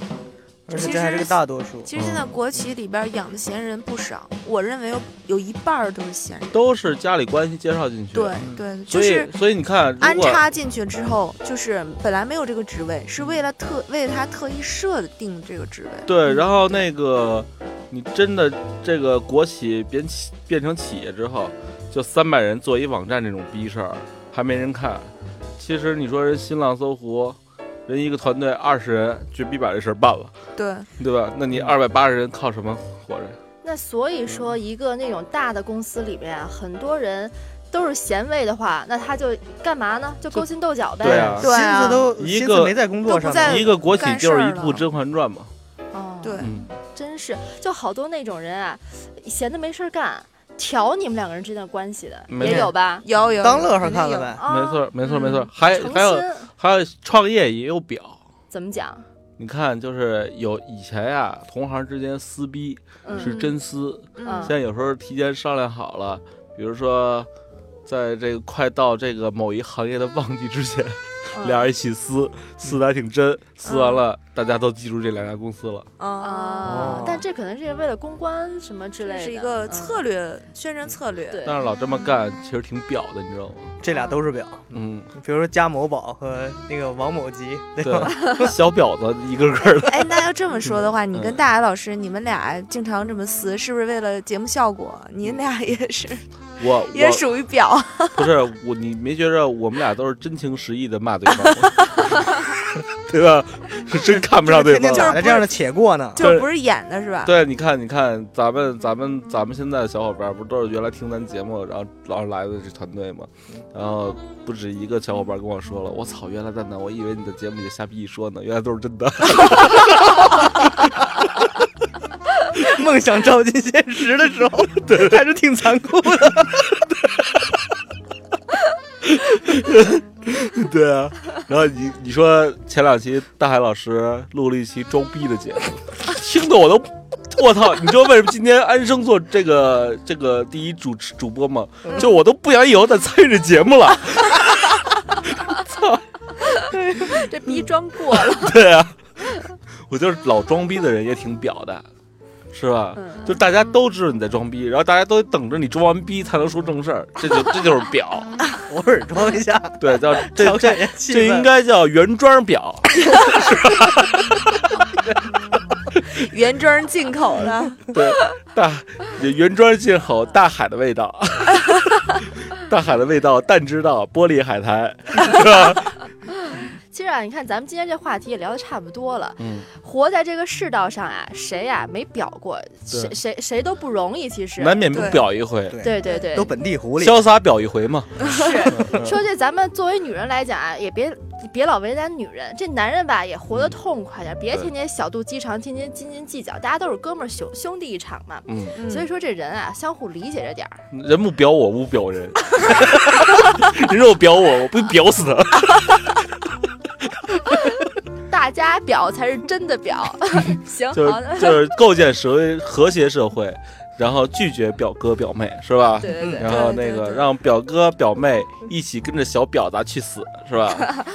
Speaker 8: 而且这还是个大多数。
Speaker 9: 其实现在国企里边养的闲人不少，我认为有有一半儿都是闲人。
Speaker 7: 都是家里关系介绍进去
Speaker 9: 对
Speaker 7: 的。
Speaker 9: 对，就
Speaker 7: 所以、
Speaker 9: 是
Speaker 7: 所以你看，如
Speaker 9: 安
Speaker 7: 果
Speaker 9: 插进去之后，就是本来没有这个职位，是为了特为了他特意设定这个职位。
Speaker 7: 对，然后那个你真的这个国企变企变成企业之后，就三百人做一网站这种逼事儿，还没人看。其实你说人新浪、搜狐，人一个团队二十人，绝逼把这事儿办了，
Speaker 9: 对，
Speaker 7: 对吧？那你二百八十人靠什么活着？
Speaker 6: 那所以说，一个那种大的公司里面啊，很多人都是闲位的话，那他就干嘛呢？就勾心斗角呗。
Speaker 7: 对啊，
Speaker 9: 对啊
Speaker 8: 心思都
Speaker 7: 一
Speaker 8: 心
Speaker 7: 个
Speaker 8: 思没在工作
Speaker 9: 都
Speaker 8: 上
Speaker 9: 不在
Speaker 8: 面，
Speaker 7: 一个国企就是一
Speaker 9: 干事
Speaker 7: 部
Speaker 9: 儿
Speaker 7: 《
Speaker 9: 了
Speaker 7: 甄嬛传》嘛。
Speaker 6: 哦，
Speaker 9: 对
Speaker 7: 嗯，
Speaker 6: 真是就好多那种人啊，闲的没事儿干，挑你们两个人之间的关系的
Speaker 7: 没
Speaker 6: 也有吧？
Speaker 9: 有有
Speaker 8: 当
Speaker 9: 有
Speaker 8: 乐呵看
Speaker 9: 肯定
Speaker 8: 了
Speaker 9: 有
Speaker 8: 呗。
Speaker 6: 啊
Speaker 7: 没错，，没错，
Speaker 9: 嗯
Speaker 7: 没错。还
Speaker 6: 诚
Speaker 7: 还有
Speaker 6: 心
Speaker 7: 还有创业也有表。
Speaker 6: 怎么讲？
Speaker 7: 你看，就是有以前呀、同行之间撕逼是
Speaker 6: 嗯
Speaker 7: 真撕，
Speaker 6: 嗯
Speaker 7: 现在有时候提前商量好了，比如说，在这个快到这个某一行业的旺季之前，
Speaker 6: 嗯
Speaker 7: 俩人一起撕，撕的还挺真，撕完了大家都记住这两家公司了。
Speaker 6: 啊
Speaker 9: 啊，，
Speaker 6: 但这可能是为了公关什么之类的，
Speaker 9: 这是一个
Speaker 6: 嗯
Speaker 9: 策略宣传策略。
Speaker 6: 对，
Speaker 7: 但是老这么干其实挺表的，你知道吗？
Speaker 8: 这俩都是表，
Speaker 7: 嗯，
Speaker 8: 比如说加某宝和那个王某吉，对吧？
Speaker 7: 对，小婊子一个 个的。
Speaker 9: 哎，那要这么说的话，你
Speaker 7: 嗯
Speaker 9: 跟大海老师，你们俩经常这么撕，是不是为了节目效果？你俩也是，
Speaker 7: 我
Speaker 9: 也
Speaker 7: 我
Speaker 9: 属于表。
Speaker 7: 不是我，你没觉着我们俩都是真情实意的骂对方吗？ 对吧？是真看不上对
Speaker 8: 天
Speaker 7: 方啊
Speaker 8: 天打
Speaker 9: 就。是
Speaker 8: 着这样的且过呢，
Speaker 9: 就
Speaker 7: 对
Speaker 9: 不是演的是吧？
Speaker 7: 对，你看，你看，咱们咱们咱们现在的小伙伴儿不都是原来听咱节目，然后老是来的这团队嘛，然后不止一个小伙伴跟我说了，我操，原来蛋蛋，我以为你的节目里瞎逼一说呢，原来都是真的。
Speaker 8: 梦想照进现实的时 候，还是挺残酷的。
Speaker 7: 对啊，然后你你说前两期大海老师录了一期装逼的节目，听得我都。我操！你知道为什么今天安生做这个这个第一主持主播吗？就我都不想以后再参与这节目了。
Speaker 6: 这
Speaker 9: 嗯
Speaker 6: 逼装过了，
Speaker 7: 对啊，我就是老装逼的人也挺表的，是吧？
Speaker 6: 嗯
Speaker 7: 就大家都知道你在装逼，然后大家都等着你装完逼才能说正事儿，这 就这就是表。
Speaker 8: 偶尔装一下，
Speaker 7: 对，叫这
Speaker 8: 调
Speaker 7: 这
Speaker 8: 侃一下气
Speaker 7: 这
Speaker 8: 氛
Speaker 7: 应该叫原装表。
Speaker 9: 原装进口的，
Speaker 6: 嗯
Speaker 7: 对，大原装进口大海的味道， 大海的味道，蛋知道，玻璃海苔。
Speaker 6: 其实啊，你看咱们今天这话题也聊得差不多了。
Speaker 7: 嗯，
Speaker 6: 活在这个世道上啊，谁呀、没表过，
Speaker 7: 对
Speaker 6: 谁谁谁都不容易。其实，
Speaker 7: 难免不
Speaker 9: 对
Speaker 7: 表一回，
Speaker 8: 对
Speaker 6: 对对对
Speaker 8: 都，本地狐狸，
Speaker 7: 潇洒表一回嘛。
Speaker 6: 是说这咱们作为女人来讲啊，也别别老为难女人。这男人吧，也活得痛快点，别
Speaker 7: 对
Speaker 6: 天天小肚鸡肠，天天斤斤计较。大家都是哥们儿兄兄弟一场嘛。
Speaker 7: 嗯，
Speaker 6: 所以说这人啊，相互理解着点儿。
Speaker 7: 人不表我，我不表 人。 人若表我，我不表死他。
Speaker 6: 大家表才是真的表。
Speaker 9: 嗯
Speaker 6: 行，
Speaker 7: 就是
Speaker 6: 好的，
Speaker 7: 就是构建社会和谐社会，然后拒绝表哥表妹，是吧？
Speaker 6: 对对对。
Speaker 7: 然后那
Speaker 9: 对
Speaker 7: 个
Speaker 9: 对
Speaker 7: 让表哥表妹一起跟着小婊子去死，是吧？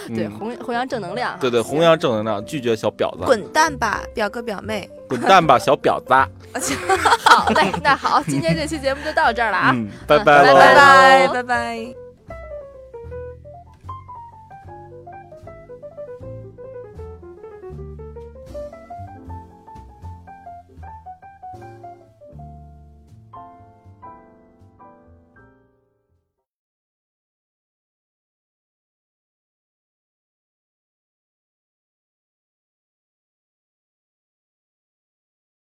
Speaker 6: 对，
Speaker 7: 嗯，
Speaker 6: 弘弘扬正能量啊。
Speaker 7: 对对，弘扬正能量，拒绝小婊子，
Speaker 9: 滚蛋吧，表哥表妹。
Speaker 7: 滚蛋吧，小婊子！
Speaker 6: 好嘞，那好，今天这期节目就到这儿了啊。
Speaker 7: 嗯，拜
Speaker 6: 拜
Speaker 7: 喽。
Speaker 9: 拜拜拜。